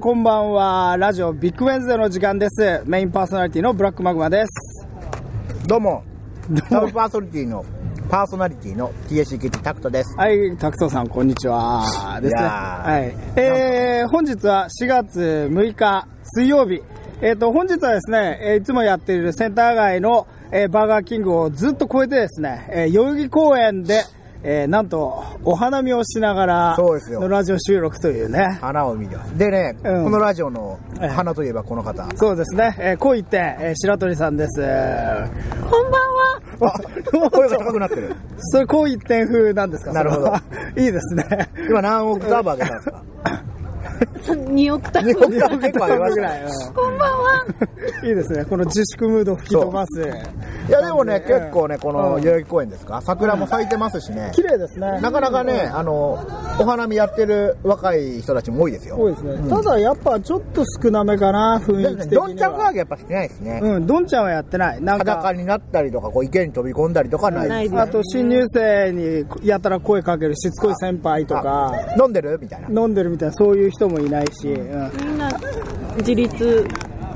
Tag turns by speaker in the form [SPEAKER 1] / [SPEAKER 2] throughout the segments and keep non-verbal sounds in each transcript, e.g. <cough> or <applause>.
[SPEAKER 1] こんばんは。ラジオビッグウェンズデーの時間です。メインパーソナリティのブラックマグマです。
[SPEAKER 2] どうも、サブパーソナリティの、パーソナリティの TSC キッタクトです。
[SPEAKER 1] はい、タクトさん、こんにちは。ですね。
[SPEAKER 2] いや
[SPEAKER 1] はい。えー、本日は4月6日、水曜日。えっ、と、本日はですね、えーいつもやっているセンター街の、えーバーガーキングをずっと超えてですね、えー、代々木公園で、えーなんと、お花見をしながら、
[SPEAKER 2] そうですよ
[SPEAKER 1] のラジオ収録というね。
[SPEAKER 2] 花を見てます。でね、
[SPEAKER 1] うん
[SPEAKER 2] このラジオの
[SPEAKER 1] ええ
[SPEAKER 2] 花といえばこの方。
[SPEAKER 1] そうですね。えー、こう言って、えー白鳥さんです。
[SPEAKER 3] こんばんは。
[SPEAKER 1] <laughs>
[SPEAKER 2] あ声が高くなってる。
[SPEAKER 1] それ、こう一点風なんですか
[SPEAKER 2] なるほ
[SPEAKER 1] そ
[SPEAKER 2] ど
[SPEAKER 1] れは <laughs> いいですね。
[SPEAKER 2] 今何オクターブ上げたんですか
[SPEAKER 3] そ二億単
[SPEAKER 2] ?2 オクターブ結構上げまし
[SPEAKER 1] ぐ
[SPEAKER 2] た
[SPEAKER 1] ら <laughs>
[SPEAKER 2] ね
[SPEAKER 1] い。う
[SPEAKER 3] こんばんは。
[SPEAKER 1] んいいですね。この自粛ムード吹き飛ばす。
[SPEAKER 2] いやでもね、
[SPEAKER 1] ええ
[SPEAKER 2] 結構ね、この代々木公園ですか、桜も咲いてますしね、
[SPEAKER 1] 綺麗ですね。
[SPEAKER 2] なかなかね、あの、お花見やってる若い人たちも多いです
[SPEAKER 1] 多い
[SPEAKER 2] よ。
[SPEAKER 1] ですね。ただやっぱちょっと少なめかな、雰
[SPEAKER 2] で
[SPEAKER 1] 囲気
[SPEAKER 2] ね
[SPEAKER 1] 的には。
[SPEAKER 2] どんちゃん騒ぎやっぱしてないですね。
[SPEAKER 1] うん、どんちゃんはやってない。なん
[SPEAKER 2] 裸
[SPEAKER 1] か、
[SPEAKER 2] になったりとか、こう池に飛び込んだりとかはない
[SPEAKER 3] ないです
[SPEAKER 1] あと新入生にやたら声かけるしつこい先輩とか、
[SPEAKER 2] あ飲んでるみたいな。
[SPEAKER 1] 飲んでるみたいなそういう人もいないし、うん
[SPEAKER 3] みんな自立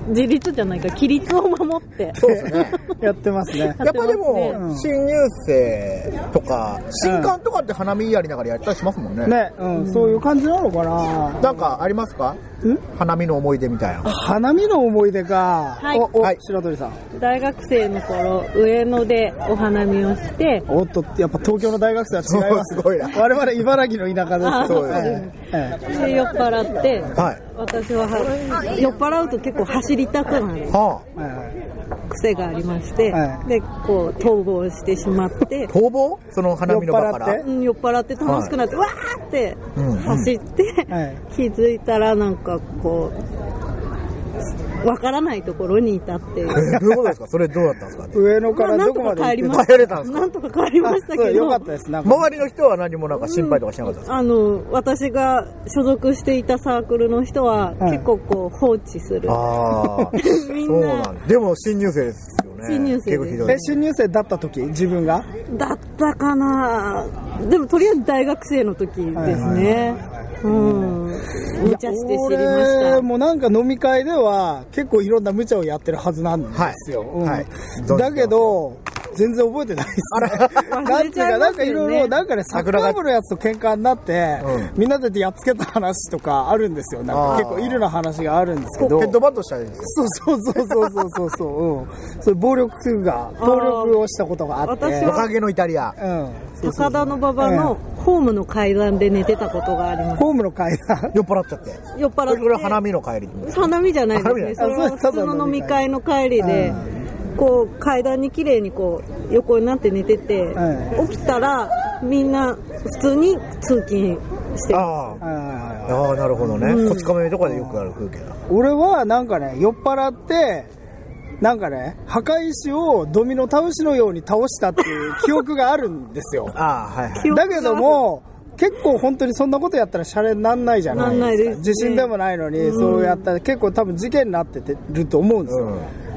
[SPEAKER 3] 自立じゃないか規律を守って。
[SPEAKER 2] そうですね。
[SPEAKER 1] やってますね。
[SPEAKER 2] やっぱでも
[SPEAKER 3] う、
[SPEAKER 1] ん
[SPEAKER 2] 新入生とか、新刊とかって花見やりながらやったりしますもん
[SPEAKER 1] <laughs>
[SPEAKER 2] ね。
[SPEAKER 1] ね、うん、そういう感じなのかな。
[SPEAKER 2] なんかありますか花見の思い出みたいな。
[SPEAKER 1] 花見の思い出か。
[SPEAKER 3] はい
[SPEAKER 1] お、お
[SPEAKER 2] はい
[SPEAKER 1] 白鳥さん。
[SPEAKER 3] 大学生の頃上野でお花見をして。
[SPEAKER 1] おっと、やっぱ東京の大学生は違います。
[SPEAKER 2] すごいな
[SPEAKER 1] 我々茨城の田舎です
[SPEAKER 3] あ
[SPEAKER 1] けど
[SPEAKER 2] そうです
[SPEAKER 1] えええ
[SPEAKER 3] で酔っ払って、
[SPEAKER 2] はい
[SPEAKER 3] 私はは酔っ払うと結構走りたくなる
[SPEAKER 2] は
[SPEAKER 1] えはい
[SPEAKER 3] 癖がありまして、
[SPEAKER 1] はい
[SPEAKER 3] でこう逃亡してしまって
[SPEAKER 2] あ、逃亡その花見の場か
[SPEAKER 1] 酔っ
[SPEAKER 2] ら
[SPEAKER 1] 払っ。
[SPEAKER 3] うん酔っ払って楽しくなって、わーって
[SPEAKER 2] うん
[SPEAKER 3] 走って、
[SPEAKER 1] はい
[SPEAKER 3] 気づいたらなんかこうわからないところにいたってい
[SPEAKER 2] どう
[SPEAKER 3] う。
[SPEAKER 2] いうことですかそれどうだったんですかね
[SPEAKER 1] 上野から
[SPEAKER 3] まあ
[SPEAKER 1] どこまで
[SPEAKER 3] なんとか帰り
[SPEAKER 1] 行って
[SPEAKER 3] ました
[SPEAKER 2] 帰れたんですか
[SPEAKER 3] なんとか帰りました <laughs>
[SPEAKER 1] あそ
[SPEAKER 3] け
[SPEAKER 1] う
[SPEAKER 3] ど
[SPEAKER 1] よかったです。なんか、
[SPEAKER 2] 周りの人は何もなんか心配とかしなかったんですか
[SPEAKER 3] あの私が所属していたサークルの人は
[SPEAKER 1] はい
[SPEAKER 3] 結構こう放置する、
[SPEAKER 2] ああ、
[SPEAKER 3] み
[SPEAKER 2] そ
[SPEAKER 3] ん
[SPEAKER 2] うな
[SPEAKER 3] なん
[SPEAKER 2] です。でも新入生ですよね。
[SPEAKER 3] 新入生です
[SPEAKER 2] 結構ひどい
[SPEAKER 1] え、。新入生だった時、自分が
[SPEAKER 3] だったかなでもとりあえず大学生の時ですねうん無茶して知りました
[SPEAKER 1] 俺もなんか飲み会では結構いろんな無茶をやってるはずなんですよ。
[SPEAKER 2] はい
[SPEAKER 1] うん
[SPEAKER 2] はい
[SPEAKER 1] だけど、全然覚えてないですね。な
[SPEAKER 3] 忘
[SPEAKER 1] ん
[SPEAKER 3] れ
[SPEAKER 1] て
[SPEAKER 3] ち
[SPEAKER 1] いう
[SPEAKER 3] ゃ
[SPEAKER 1] か、な
[SPEAKER 3] いま
[SPEAKER 1] ん
[SPEAKER 3] す
[SPEAKER 1] かい
[SPEAKER 3] よね
[SPEAKER 1] ろいろ、なんかね、サッカ
[SPEAKER 2] 桜が
[SPEAKER 1] ー部のやつと喧嘩になって、
[SPEAKER 2] う
[SPEAKER 1] みんなでやっつけた話とかあるんですよ。なんか
[SPEAKER 2] あー
[SPEAKER 1] 結構いるな話があるんですけど。
[SPEAKER 2] ヘッドバットしたらいいんですよ。
[SPEAKER 1] そうそうそうそうそうそうそう、うん、それ暴力が暴力をしたことがあって
[SPEAKER 3] 私
[SPEAKER 2] お
[SPEAKER 3] は
[SPEAKER 2] かげのイタリア。
[SPEAKER 1] うんそうそう
[SPEAKER 3] 高田馬場のホームの階段で寝てたことがあります
[SPEAKER 1] ホームの階段
[SPEAKER 2] 酔っ払っちゃって。
[SPEAKER 3] 酔っ払
[SPEAKER 2] こ
[SPEAKER 3] っ
[SPEAKER 2] れこれ
[SPEAKER 3] て
[SPEAKER 2] 花見の帰り。
[SPEAKER 3] 花見じゃないで
[SPEAKER 1] 花
[SPEAKER 3] すねそ
[SPEAKER 1] 見
[SPEAKER 3] れ
[SPEAKER 1] じゃない
[SPEAKER 3] は
[SPEAKER 1] あそ
[SPEAKER 3] 普
[SPEAKER 1] れ
[SPEAKER 3] 通
[SPEAKER 1] ただの
[SPEAKER 3] の
[SPEAKER 1] 飲
[SPEAKER 3] 飲
[SPEAKER 1] み
[SPEAKER 3] み
[SPEAKER 1] 会
[SPEAKER 3] 会の帰りでこう階段に綺麗にこう横になって寝てて
[SPEAKER 1] う
[SPEAKER 3] 起きたらみんな普通に通勤してる
[SPEAKER 2] ああ。
[SPEAKER 1] はいはいはいはい
[SPEAKER 2] ああ、なるほどね。こち亀とかでよくある風景だ。
[SPEAKER 1] 俺はなんかね酔っ払ってなんかね墓石をドミノ倒しのように倒したっていう記憶があるんですよ
[SPEAKER 2] ああ、はいはい。
[SPEAKER 3] 記憶が
[SPEAKER 1] だけども結構本当にそんなことやったらシャレになんないじゃないですか
[SPEAKER 3] なんないですね
[SPEAKER 1] 自信でもないのに、そうやったら結構多分事件になっててると思うんですよ、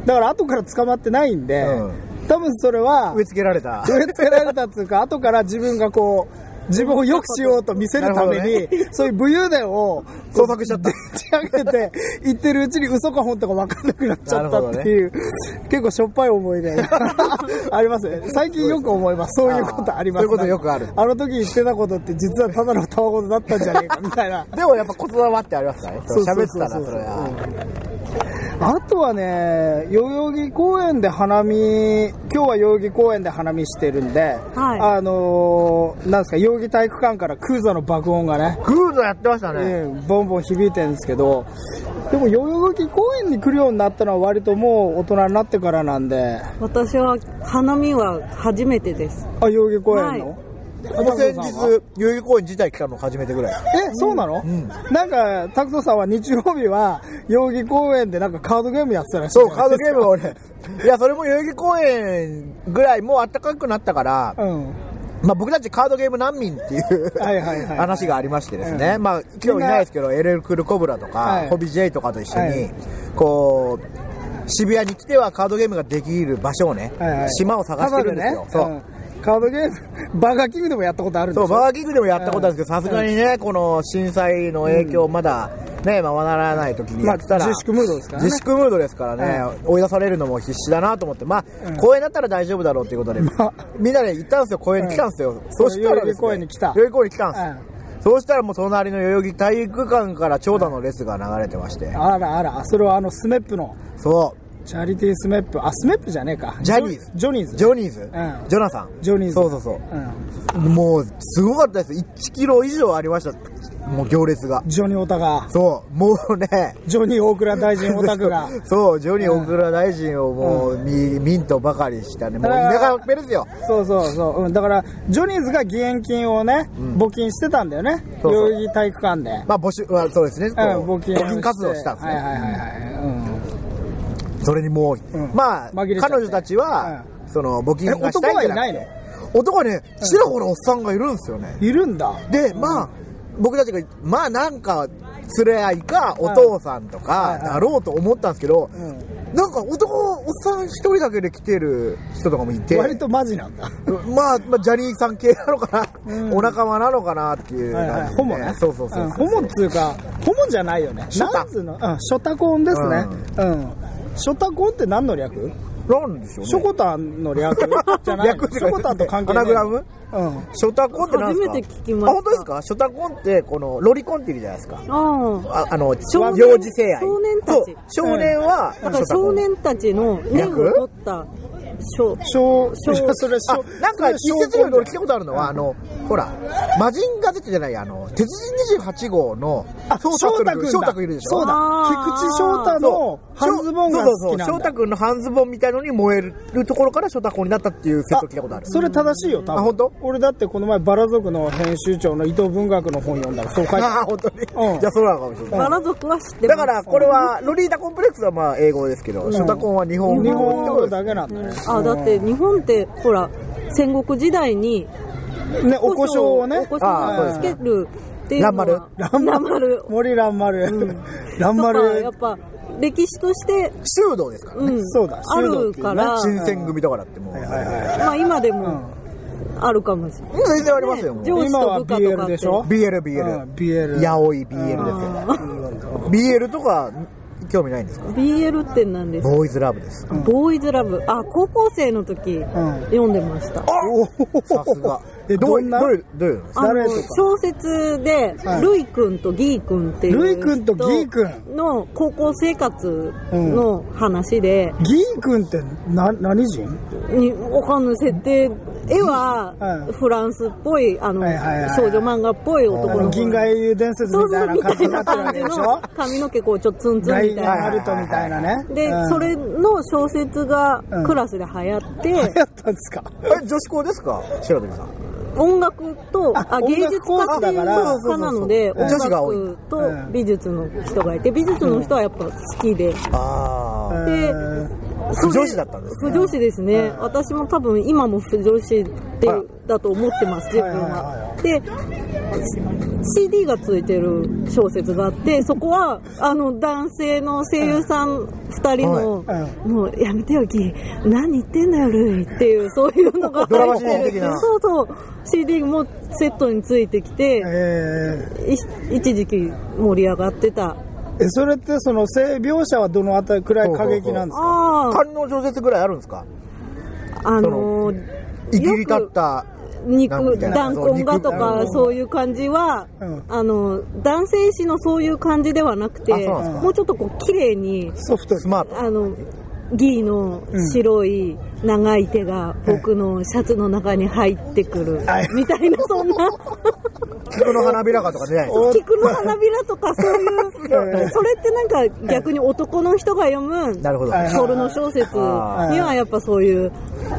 [SPEAKER 2] う
[SPEAKER 1] だから後から捕まってないんで、
[SPEAKER 2] うん
[SPEAKER 1] 多分それは
[SPEAKER 2] 植え付けら
[SPEAKER 1] <laughs>
[SPEAKER 2] れた。
[SPEAKER 1] 植え付けられたっていうか、後から自分がこう、自分を良くしようと見せるため
[SPEAKER 2] な
[SPEAKER 1] に、そういう武勇伝を
[SPEAKER 2] 創作しちゃった
[SPEAKER 1] 打ち上げて、言ってるうちに嘘か本とか分かんなくなっちゃったっていう、結構しょっぱい思い出が <laughs> ありますね。最近よく思います。そういうことあります
[SPEAKER 2] あーそういうことよくある
[SPEAKER 1] あの時言ってたことって実はただのたわごとだったんじゃねえかみたいな。
[SPEAKER 2] <laughs> でもやっぱ言葉はってありますからね。
[SPEAKER 1] そうそう
[SPEAKER 2] 喋
[SPEAKER 1] そう
[SPEAKER 2] ってたら、それ
[SPEAKER 1] そう
[SPEAKER 2] は。
[SPEAKER 1] あとはね、代々木公園で花見、今日は代々木公園で花見してるんで、
[SPEAKER 3] はい
[SPEAKER 1] あのーなんですか、代々木体育館から空座の爆音がね、
[SPEAKER 2] クーズやってましたね。
[SPEAKER 1] うんボンボン響いてるんですけど、でも代々木公園に来るようになったのは割ともう大人になってからなんで、あ、
[SPEAKER 3] 私は花見は初めてです
[SPEAKER 1] 代々木公園の、
[SPEAKER 3] はい
[SPEAKER 2] ほぼ先日、代々木公園自体来たの初めてぐらい。
[SPEAKER 1] え、そうなの、なんか、タクトさんは日曜日は、代々木公園でなんかカードゲームやってたらしいじゃ
[SPEAKER 2] そ
[SPEAKER 1] な
[SPEAKER 2] う、
[SPEAKER 1] い
[SPEAKER 2] カードゲームをね。 <laughs> いや、それも代々木公園ぐらい、もう暖かくなったから、
[SPEAKER 1] うん。
[SPEAKER 2] まあ僕たちカードゲーム難民っていう
[SPEAKER 1] はいはいはい
[SPEAKER 2] 話がありましてですね、まあ今日いないですけど、LL クルコブラと
[SPEAKER 1] は
[SPEAKER 2] か
[SPEAKER 1] い、
[SPEAKER 2] ホビ J とかと一緒
[SPEAKER 1] はい
[SPEAKER 2] に、こう、渋谷に来てはカードゲームができる場所をね
[SPEAKER 1] はいはい、
[SPEAKER 2] 島を探してるんですよ。
[SPEAKER 1] た
[SPEAKER 2] そ
[SPEAKER 1] だ
[SPEAKER 2] う
[SPEAKER 1] ね。うんカードゲーム、バーガーキングでもやったことあるんで
[SPEAKER 2] そう、
[SPEAKER 1] すよ。
[SPEAKER 2] バーガーキングでもやったことあるんですけど、さすがにね、この震災の影響、まだね、ままならない時にやってた
[SPEAKER 1] ま
[SPEAKER 2] ら、
[SPEAKER 1] あ自粛ムードですからね
[SPEAKER 2] 自粛ムードですからね、追い出されるのも必死だなと思って、まあ、公園だったら大丈夫だろうということで、
[SPEAKER 1] まあ
[SPEAKER 2] みんなで行ったんですよ、公園に来たんですよ。そしたらで
[SPEAKER 1] 代
[SPEAKER 2] す、ね、
[SPEAKER 1] 々木公園に来た
[SPEAKER 2] 代々木公園に来たんです。そうしたらもう隣の代々木体育館から長蛇の列が流れてまして、
[SPEAKER 1] あらあら、それはあの、スメップの、
[SPEAKER 2] そ
[SPEAKER 1] チャリティースメップ、あ、スメップじゃねえか。
[SPEAKER 2] ジャニーズ
[SPEAKER 1] ジョニー
[SPEAKER 2] う、
[SPEAKER 1] ズ。
[SPEAKER 2] ジョニーズ、
[SPEAKER 1] うん
[SPEAKER 2] ジョナサン、
[SPEAKER 1] ジョニーズ
[SPEAKER 2] そうそうそう、
[SPEAKER 1] うん
[SPEAKER 2] もうすごかったです1キロ以上ありましたもう行列が
[SPEAKER 1] ジョニーオタが、
[SPEAKER 2] そうもうね
[SPEAKER 1] ジョニー大倉大臣オタクが。
[SPEAKER 2] <laughs> そうジョニー大倉大臣をもうミ,、ミントばかりしたねもう田舎っぺですよ
[SPEAKER 1] そうそうそう、うん、だから、ジョニーズが義援金をね、募金してたんだよね、
[SPEAKER 2] そうそう
[SPEAKER 1] 代々木体育館で。
[SPEAKER 2] まあ募集はそうですね、
[SPEAKER 1] うん、
[SPEAKER 2] こう
[SPEAKER 1] 募金をして
[SPEAKER 2] 活動したんですね、
[SPEAKER 1] はいはいはいはい。うん
[SPEAKER 2] それにもう、
[SPEAKER 1] うん
[SPEAKER 2] まあ
[SPEAKER 1] 紛れちゃって
[SPEAKER 2] 彼女たちは、その募金
[SPEAKER 1] え
[SPEAKER 2] がしたいんじゃ
[SPEAKER 1] 男は
[SPEAKER 2] なくて
[SPEAKER 1] いない
[SPEAKER 2] 男はねちらほらおっさんがいるんですよね、
[SPEAKER 1] いるんだ。
[SPEAKER 2] でまあ、僕たちがまあなんか連れ合いかお父さんとかだろうと思ったんですけど、
[SPEAKER 1] う
[SPEAKER 2] なんか男おっさん一人だけで来てる人とかもいて
[SPEAKER 1] 割とマジなんだ。
[SPEAKER 2] まあ、まあ、ジャニーさん系なのかな、お仲間なのかなっていう
[SPEAKER 1] はいはい
[SPEAKER 2] 感じで、
[SPEAKER 1] ホモね。
[SPEAKER 2] そうそうそうそう、
[SPEAKER 1] んホモっつうか、ホモじゃないよね。
[SPEAKER 2] ショタ
[SPEAKER 1] なんつうのうん、ショタコンですね。うん。ショタコンって何の略
[SPEAKER 2] なんでしょうね
[SPEAKER 1] ショコタンの略じゃない
[SPEAKER 2] <laughs> 略
[SPEAKER 1] の
[SPEAKER 2] って
[SPEAKER 1] シ
[SPEAKER 2] 書い
[SPEAKER 1] ョ
[SPEAKER 2] てある
[SPEAKER 1] コタンと関係ない。
[SPEAKER 2] アナグラム
[SPEAKER 1] うん。
[SPEAKER 2] ショタコンってなんですか
[SPEAKER 3] 初めて聞きました
[SPEAKER 2] あ本当ですかショタコンってこのロリコンっているじゃないですか
[SPEAKER 3] ああ。
[SPEAKER 2] ああの
[SPEAKER 3] 少年
[SPEAKER 2] 幼児性愛
[SPEAKER 3] 少年たち
[SPEAKER 2] そう少年は、
[SPEAKER 3] だから少年たちの年を取った少
[SPEAKER 1] 小、
[SPEAKER 2] <laughs>
[SPEAKER 1] 小、それ、
[SPEAKER 2] あ
[SPEAKER 1] 小、
[SPEAKER 2] なんか一説に
[SPEAKER 1] の
[SPEAKER 2] 俺聞いたことあるのは、あのほらマジンガー Z じゃないあの鉄人28号の
[SPEAKER 1] あ、翔太君だ。
[SPEAKER 2] 翔太君いるでしょ
[SPEAKER 1] そうだ。
[SPEAKER 3] あー
[SPEAKER 1] 菊池翔太の半ズボンが好きなんだ。
[SPEAKER 2] そうそうそう翔太君の半ズボンみたいのに燃えるところから翔太君になったっていう説を聞いたことある
[SPEAKER 1] それ正しいよ、多分。
[SPEAKER 2] あ本当
[SPEAKER 1] 俺だってこの前、バラ族の編集長の伊藤文学の本読んだら、そう書いてある。
[SPEAKER 2] <laughs> ああ本当に、
[SPEAKER 1] うん
[SPEAKER 2] じゃあそうなのかもしれない、
[SPEAKER 3] バラ族は知ってます
[SPEAKER 2] だからこれはロリータコンプレックスはまあ英語ですけど、
[SPEAKER 1] ん
[SPEAKER 2] ショタコンは日本語
[SPEAKER 1] 日
[SPEAKER 2] っ
[SPEAKER 1] 本
[SPEAKER 2] てこと
[SPEAKER 1] 語
[SPEAKER 2] です
[SPEAKER 1] だけなんだね。
[SPEAKER 3] あだって日本ってほら戦国時代に
[SPEAKER 1] ね、お胡椒をね。
[SPEAKER 3] お胡椒をつけるっていうのは
[SPEAKER 2] あ
[SPEAKER 1] ランマ
[SPEAKER 3] 乱丸
[SPEAKER 1] ル。森ランマル。 <laughs> ラン
[SPEAKER 3] と
[SPEAKER 1] マ
[SPEAKER 3] かや
[SPEAKER 1] ル
[SPEAKER 3] っ。ぱ歴史として、
[SPEAKER 2] 修道ですからね、
[SPEAKER 3] うん、
[SPEAKER 1] そうだ
[SPEAKER 3] あ
[SPEAKER 1] 修道っ
[SPEAKER 3] る
[SPEAKER 1] ていうね
[SPEAKER 3] から、
[SPEAKER 2] 新選組とかだってもう、
[SPEAKER 3] まあ今でもあるかもしれない。
[SPEAKER 2] 全然ありますよ、もう
[SPEAKER 3] 上司
[SPEAKER 1] 今
[SPEAKER 3] と
[SPEAKER 1] は
[SPEAKER 3] 部下とか
[SPEAKER 1] BL
[SPEAKER 3] っ
[SPEAKER 1] で
[SPEAKER 3] て
[SPEAKER 1] しょ
[SPEAKER 2] BL、
[SPEAKER 1] う
[SPEAKER 2] BL、
[SPEAKER 1] ん BL
[SPEAKER 2] やおい BL ですよ、BL とか興味ないんですか、
[SPEAKER 3] BL って何ですか
[SPEAKER 2] ボーイズラブです、
[SPEAKER 3] ボーイズラブ。あ、高校生の時、読んでました。
[SPEAKER 2] さすが、
[SPEAKER 1] え
[SPEAKER 2] どう
[SPEAKER 1] どんな
[SPEAKER 2] どういうどういうのですか、
[SPEAKER 3] あ
[SPEAKER 1] 誰
[SPEAKER 3] の
[SPEAKER 1] とか
[SPEAKER 3] 小説で、
[SPEAKER 1] はい
[SPEAKER 3] ルイ君とギー君っていう人
[SPEAKER 1] ルイ君とギー君
[SPEAKER 3] の高校生活の話で、
[SPEAKER 1] ギー君ってな何人
[SPEAKER 3] にわかんない設定絵は
[SPEAKER 1] はい
[SPEAKER 3] フランスっぽいあの、
[SPEAKER 1] はいはいはい
[SPEAKER 3] 少女漫画っぽい
[SPEAKER 1] あ
[SPEAKER 3] 男の子
[SPEAKER 1] の銀河英雄伝説
[SPEAKER 3] そう
[SPEAKER 1] み
[SPEAKER 3] そ
[SPEAKER 1] たいうな
[SPEAKER 3] み
[SPEAKER 1] 感
[SPEAKER 3] た
[SPEAKER 1] じ
[SPEAKER 3] い
[SPEAKER 1] にな
[SPEAKER 3] な
[SPEAKER 1] ってるわけ
[SPEAKER 3] 感じ
[SPEAKER 1] でし
[SPEAKER 3] の
[SPEAKER 1] ょ
[SPEAKER 3] 髪の毛こうちょっとツンツン
[SPEAKER 1] ライ
[SPEAKER 3] み
[SPEAKER 1] ン
[SPEAKER 3] たい
[SPEAKER 1] ナ
[SPEAKER 3] な。
[SPEAKER 1] ルトみたいなね。
[SPEAKER 3] で、
[SPEAKER 1] うん
[SPEAKER 3] それの小説が
[SPEAKER 1] うん
[SPEAKER 3] クラスで流行っ
[SPEAKER 1] や
[SPEAKER 3] て、
[SPEAKER 1] ったんですか
[SPEAKER 2] え女子校ですか、白鳥さん、
[SPEAKER 3] 音楽と、あ、
[SPEAKER 1] あ
[SPEAKER 3] 芸術
[SPEAKER 1] 音
[SPEAKER 3] 家
[SPEAKER 1] 楽コー
[SPEAKER 3] っ
[SPEAKER 1] ス
[SPEAKER 3] てい
[SPEAKER 1] だ
[SPEAKER 3] う
[SPEAKER 1] から
[SPEAKER 3] 科なので、
[SPEAKER 2] そう
[SPEAKER 3] 音
[SPEAKER 2] そうそうそう
[SPEAKER 3] 楽と
[SPEAKER 1] うん
[SPEAKER 3] 美術の人がいて、美術の人はやっぱ好きで、
[SPEAKER 2] あー、
[SPEAKER 3] で
[SPEAKER 1] うん
[SPEAKER 3] それ
[SPEAKER 2] 不女子だったんですね
[SPEAKER 3] 不女子ですね、私も多分今も不女子って
[SPEAKER 2] あら
[SPEAKER 3] だと思ってます自分
[SPEAKER 1] はいはい
[SPEAKER 3] はで CD がついてる小説があってそこはあの男性の声優さん2人の
[SPEAKER 1] は
[SPEAKER 3] 「もうやめてよギー何言ってんだよルイ」っていうそういうのが
[SPEAKER 2] ドラマ
[SPEAKER 3] 入ってる
[SPEAKER 2] CD 的な
[SPEAKER 3] そうそう CD もセットについてきて
[SPEAKER 1] え
[SPEAKER 3] い一時期盛り上がってた
[SPEAKER 1] ーえそれってその性描写はどのあたりくらい過激なんですか
[SPEAKER 3] ああ
[SPEAKER 2] 官能小説ぐらいあるんですか、
[SPEAKER 3] あの
[SPEAKER 2] 生きり立った、
[SPEAKER 3] 肉弾痕が
[SPEAKER 2] そ
[SPEAKER 3] と
[SPEAKER 2] う
[SPEAKER 3] か
[SPEAKER 2] 肉
[SPEAKER 3] そういう感じは、
[SPEAKER 1] うん
[SPEAKER 3] あの男性誌のそういう感じではなくて
[SPEAKER 2] あそうなんですか
[SPEAKER 3] もうちょっとこう綺麗に
[SPEAKER 1] ソフト
[SPEAKER 2] スマート。
[SPEAKER 3] あのギーの白い長い手が僕のシャツの中に入ってくる
[SPEAKER 1] はい
[SPEAKER 3] みたい
[SPEAKER 2] <laughs>
[SPEAKER 3] なそんな
[SPEAKER 2] 菊の花びらかとか出ないですか
[SPEAKER 3] 菊の花びらとかそういうそれってなんか逆に男の人が読む
[SPEAKER 2] なるほど。
[SPEAKER 1] はい
[SPEAKER 3] ソルの小説にはやっぱそういう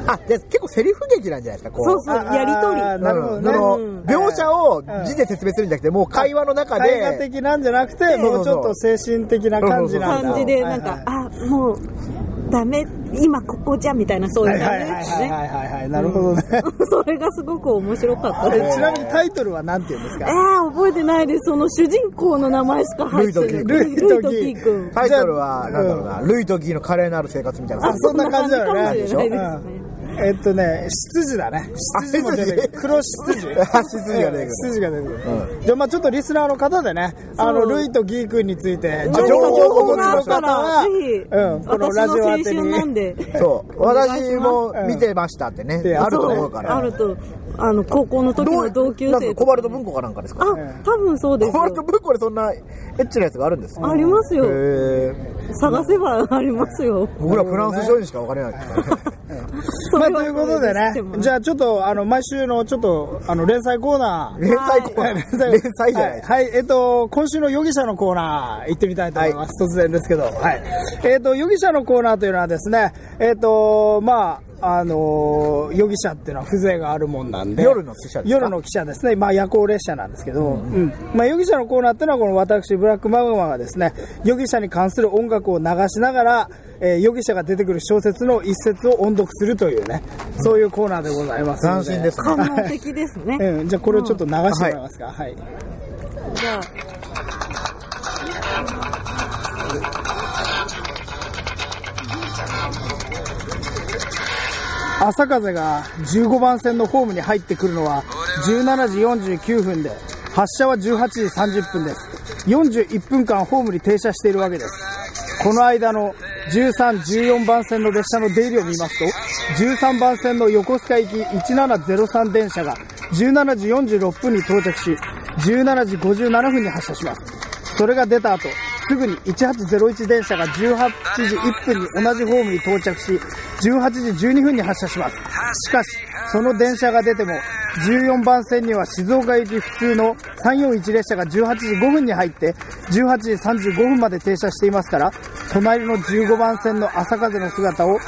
[SPEAKER 2] あ、じゃあ結構セリフ劇なんじゃないですか、こう。
[SPEAKER 3] そうそうやりとり
[SPEAKER 1] あーなるほどね
[SPEAKER 2] うんその
[SPEAKER 1] うん
[SPEAKER 2] 描写を字で説明するんじゃなくて、もう会話の中で。
[SPEAKER 1] 絵画的なんじゃなくて、
[SPEAKER 2] そうそう
[SPEAKER 1] もうちょっと精神的な感じなんだ。
[SPEAKER 3] 感じでな
[SPEAKER 1] は
[SPEAKER 3] ん
[SPEAKER 1] い
[SPEAKER 3] か
[SPEAKER 1] はい
[SPEAKER 3] あもうダメ今ここじゃみたいなそういう
[SPEAKER 1] は
[SPEAKER 3] 感
[SPEAKER 1] い
[SPEAKER 3] じ
[SPEAKER 1] はい
[SPEAKER 3] です
[SPEAKER 1] はい
[SPEAKER 3] ね
[SPEAKER 1] はいはいはい、なるほどね。
[SPEAKER 3] <laughs> それがすごく面白かった
[SPEAKER 1] え
[SPEAKER 3] です。
[SPEAKER 1] ちなみにタイトルは何て言うんです
[SPEAKER 3] え
[SPEAKER 1] か
[SPEAKER 3] ー、覚えてないです。その主人公の名前しか入ってない。
[SPEAKER 1] ルイとギー
[SPEAKER 3] とギー君。
[SPEAKER 2] タイトルは、
[SPEAKER 1] じゃ
[SPEAKER 2] な
[SPEAKER 1] あ
[SPEAKER 2] んだろうな、ルイとギーの華麗なる生活みたいな。
[SPEAKER 1] あそんな感じだよね
[SPEAKER 3] そんな感じかもしれないですね。
[SPEAKER 1] えっとね、執事だね。執事も出てくる。
[SPEAKER 2] あ
[SPEAKER 1] 黒執事。
[SPEAKER 2] あ執事が出てくる
[SPEAKER 1] 執事が出てくる。じゃあまあちょっとリスナーの方でね、あの、
[SPEAKER 3] そう
[SPEAKER 1] ルイとギー君について
[SPEAKER 3] 何
[SPEAKER 1] 情
[SPEAKER 3] か
[SPEAKER 1] 報
[SPEAKER 3] 情
[SPEAKER 1] をお持
[SPEAKER 3] 報
[SPEAKER 1] ち
[SPEAKER 3] があ
[SPEAKER 1] の
[SPEAKER 3] った
[SPEAKER 1] 方
[SPEAKER 3] ら
[SPEAKER 1] は、
[SPEAKER 3] ぜ
[SPEAKER 1] うん、
[SPEAKER 3] ひ
[SPEAKER 1] この
[SPEAKER 3] 私
[SPEAKER 1] ラジ
[SPEAKER 3] の
[SPEAKER 1] オ
[SPEAKER 3] 青
[SPEAKER 1] 宛て
[SPEAKER 3] 春なん
[SPEAKER 1] に。 <laughs>
[SPEAKER 3] で
[SPEAKER 2] そう。
[SPEAKER 3] お願いし
[SPEAKER 2] 私
[SPEAKER 3] ます
[SPEAKER 2] も見てましたってね。
[SPEAKER 1] で
[SPEAKER 2] あると
[SPEAKER 1] そう
[SPEAKER 2] 思うから。
[SPEAKER 3] あるとあの高校の時の同級
[SPEAKER 2] なん
[SPEAKER 3] 生
[SPEAKER 2] かコバルト文庫かなんかですか
[SPEAKER 3] あ多分そうです
[SPEAKER 2] コバル
[SPEAKER 3] よ
[SPEAKER 2] ト文庫でそんなエッチなやつがあるんですか
[SPEAKER 3] あります
[SPEAKER 2] へ
[SPEAKER 3] よ
[SPEAKER 2] え。
[SPEAKER 3] 探せばありますよ
[SPEAKER 2] 僕らフランス醤油しかわからないですからね。
[SPEAKER 3] そ
[SPEAKER 1] まあ
[SPEAKER 3] れは
[SPEAKER 1] ということで
[SPEAKER 3] 知ってま
[SPEAKER 1] ね、
[SPEAKER 3] す
[SPEAKER 1] じゃあちょっと、あの、毎週のちょっと、あの、連載コーナー。
[SPEAKER 2] 連載コーナー。 <laughs> 連載じゃないですか。
[SPEAKER 1] はい、はいえっ、と、今週の容疑者のコーナー行ってみたいと思います。突然ですけど。はい。えっ、と、容疑者のコーナーというのはですね、えっ、と、まあ、あのー容疑者っていうのは風情があるもんなんで。
[SPEAKER 2] 夜の記者ですか
[SPEAKER 1] 夜の記者ですね。まあ、夜行列車なんですけど、うん、まあ、容疑者のコーナーっていうのは、この私、ブラックマグマがですね、容疑者に関する音楽を流しながら、えー容疑者が出てくる小説の一節を音読するというね、そういうコーナーでございますの
[SPEAKER 2] 斬新ですね。
[SPEAKER 3] 官能的です
[SPEAKER 1] <laughs>
[SPEAKER 3] ね
[SPEAKER 1] うん、じゃあこれをちょっと流してもらえますか。はい
[SPEAKER 3] じゃあ
[SPEAKER 1] 朝風が15番線のホームに入ってくるのは17時49分で発車は18時30分です41分間ホームに停車しているわけですこの間の1314番線の列車の出入りを見ますと13番線の横須賀行き1703電車が17時46分に到着し17時57分に発車しますそれが出た後、すぐに1801電車が18時1分に同じホームに到着し、18時12分に発車します。しかし、その電車が出ても、14番線には静岡行き普通の341列車が18時5分に入って、18時35分まで停車していますから、隣の15番線の朝風の姿を隠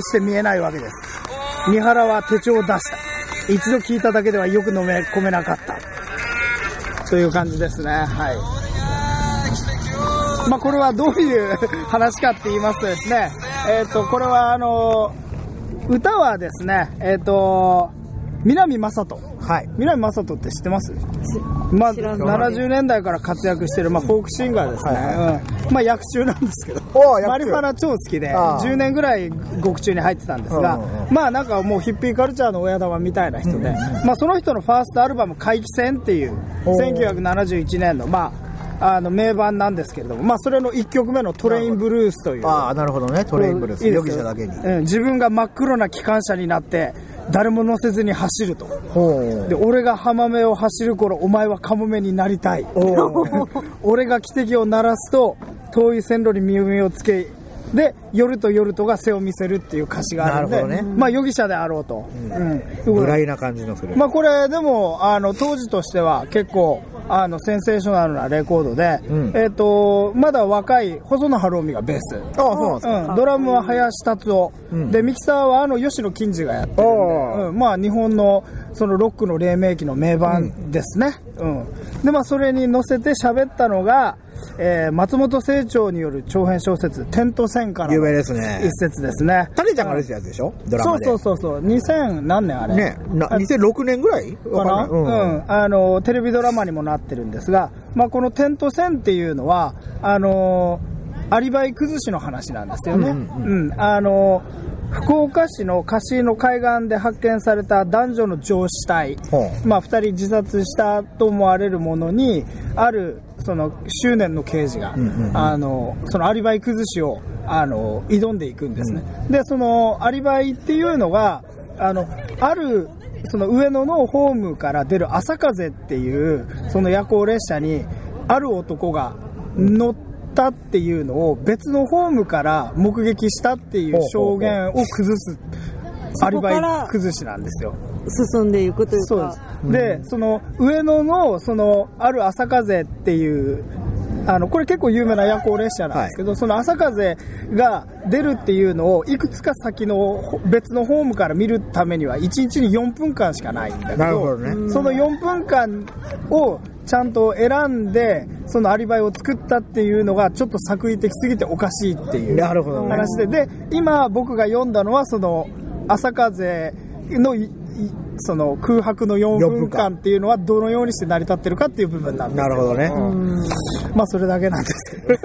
[SPEAKER 1] して見えないわけです。三原は手帳を出した。一度聞いただけではよく飲め込めなかった。という感じですね。はい。まあ、これはどういう話かって言いますとですね、えっとこれはあの歌はですね、えっと南雅人
[SPEAKER 2] はい。
[SPEAKER 1] 南雅人って知ってますまあ、
[SPEAKER 3] 知らない
[SPEAKER 1] 70年代から活躍してる、まあ、フォークシンガーですね、
[SPEAKER 2] はい
[SPEAKER 1] うんまあ、役中なんですけど
[SPEAKER 2] おー役中
[SPEAKER 1] マリファナ超好きで
[SPEAKER 2] あー
[SPEAKER 1] 10年ぐらい獄中に入ってたんですが、
[SPEAKER 2] うんうん
[SPEAKER 1] まあなんかもうヒッピーカルチャーの親玉みたいな人で、まあ、その人のファーストアルバム「怪奇戦」っていう
[SPEAKER 2] おー
[SPEAKER 1] 1971年の,、まあ、あの名盤なんですけれども、まあ、それの1曲目の「トレインブルース」という
[SPEAKER 2] ああ、なるほどね。トレインブルース。
[SPEAKER 1] いいで
[SPEAKER 2] 容
[SPEAKER 1] す
[SPEAKER 2] 疑
[SPEAKER 1] よ
[SPEAKER 2] 者だけに。
[SPEAKER 1] うん、自分が真っ黒な機関車になって誰も乗せずに走ると
[SPEAKER 2] ほう
[SPEAKER 1] で。俺が浜辺を走る頃お前はカモメになりたい <laughs> 俺が汽笛を鳴らすと遠い線路に耳をつけで夜と夜とが背を見せるっていう歌詞があるんで
[SPEAKER 2] なるほどね
[SPEAKER 1] まあ容疑者であろうと、うん
[SPEAKER 2] ぐらいな感じのする。
[SPEAKER 1] まあこれでもあの当時としては結構あのセンセーショナルなレコードで、
[SPEAKER 2] うん
[SPEAKER 1] えっ、とまだ若い細野晴臣がベース
[SPEAKER 2] ああ、そうなんですか。
[SPEAKER 1] うん、ドラムは林達夫、
[SPEAKER 2] ん
[SPEAKER 1] でミキサーはあの吉野金次がやってるんで、
[SPEAKER 2] おー
[SPEAKER 1] うんまあ、日本のそのロックの黎明期の名盤ですね、うんでまあ、それに乗せて喋ったのが、えー松本清張による長編小説「テント戦」から
[SPEAKER 2] 有名
[SPEAKER 1] の
[SPEAKER 2] ですね
[SPEAKER 1] 一。節ですね
[SPEAKER 2] タネちゃんが出てたやつでしょドラ
[SPEAKER 1] そ
[SPEAKER 2] マ
[SPEAKER 1] う
[SPEAKER 2] で。
[SPEAKER 1] そうそうそう2000何年あれ
[SPEAKER 2] ねな
[SPEAKER 1] あ
[SPEAKER 2] 2006年ぐらい
[SPEAKER 1] かな、
[SPEAKER 2] わかんないう。
[SPEAKER 1] うんん、あのテレビドラマにもなってるんですが、まあ、この「点と線」っていうのはあのアリバイ崩しの話なんですよね、う
[SPEAKER 2] うんん
[SPEAKER 1] あの福岡市の貸しの海岸で発見された男女の上司体、
[SPEAKER 2] ほ
[SPEAKER 1] まあ、2人自殺したと思われるものにあるその執念の刑事が、あのそのアリバイ崩しをあの挑んでいくんですね、でそのアリバイっていうのがあのあるその上野のホームから出る朝風っていうその夜行列車にある男が乗ったっていうのを別のホームから目撃したっていう証言を崩すアリバイ崩しなんですよ。
[SPEAKER 3] 進んでいくというか
[SPEAKER 1] そうです。で、その上野のそのある朝風っていう。あのこれ結構有名な夜行列車なんですけど、その朝風が出るっていうのをいくつか先のほ別のホームから見るためには1日に4分間しかないんだけど
[SPEAKER 2] なるほどね
[SPEAKER 1] その4分間をちゃんと選んでそのアリバイを作ったっていうのがちょっと作為的すぎておかしいっていう
[SPEAKER 2] なるほどね
[SPEAKER 1] 話でで今僕が読んだのはその朝風のいいその空白の4
[SPEAKER 2] 四
[SPEAKER 1] 分
[SPEAKER 2] 分
[SPEAKER 1] 間
[SPEAKER 2] 間
[SPEAKER 1] っていうのはどのようにして成り立ってるかっていう部分なんです
[SPEAKER 2] な
[SPEAKER 1] よ
[SPEAKER 2] るほどね。
[SPEAKER 1] まあそれだけなんですけどね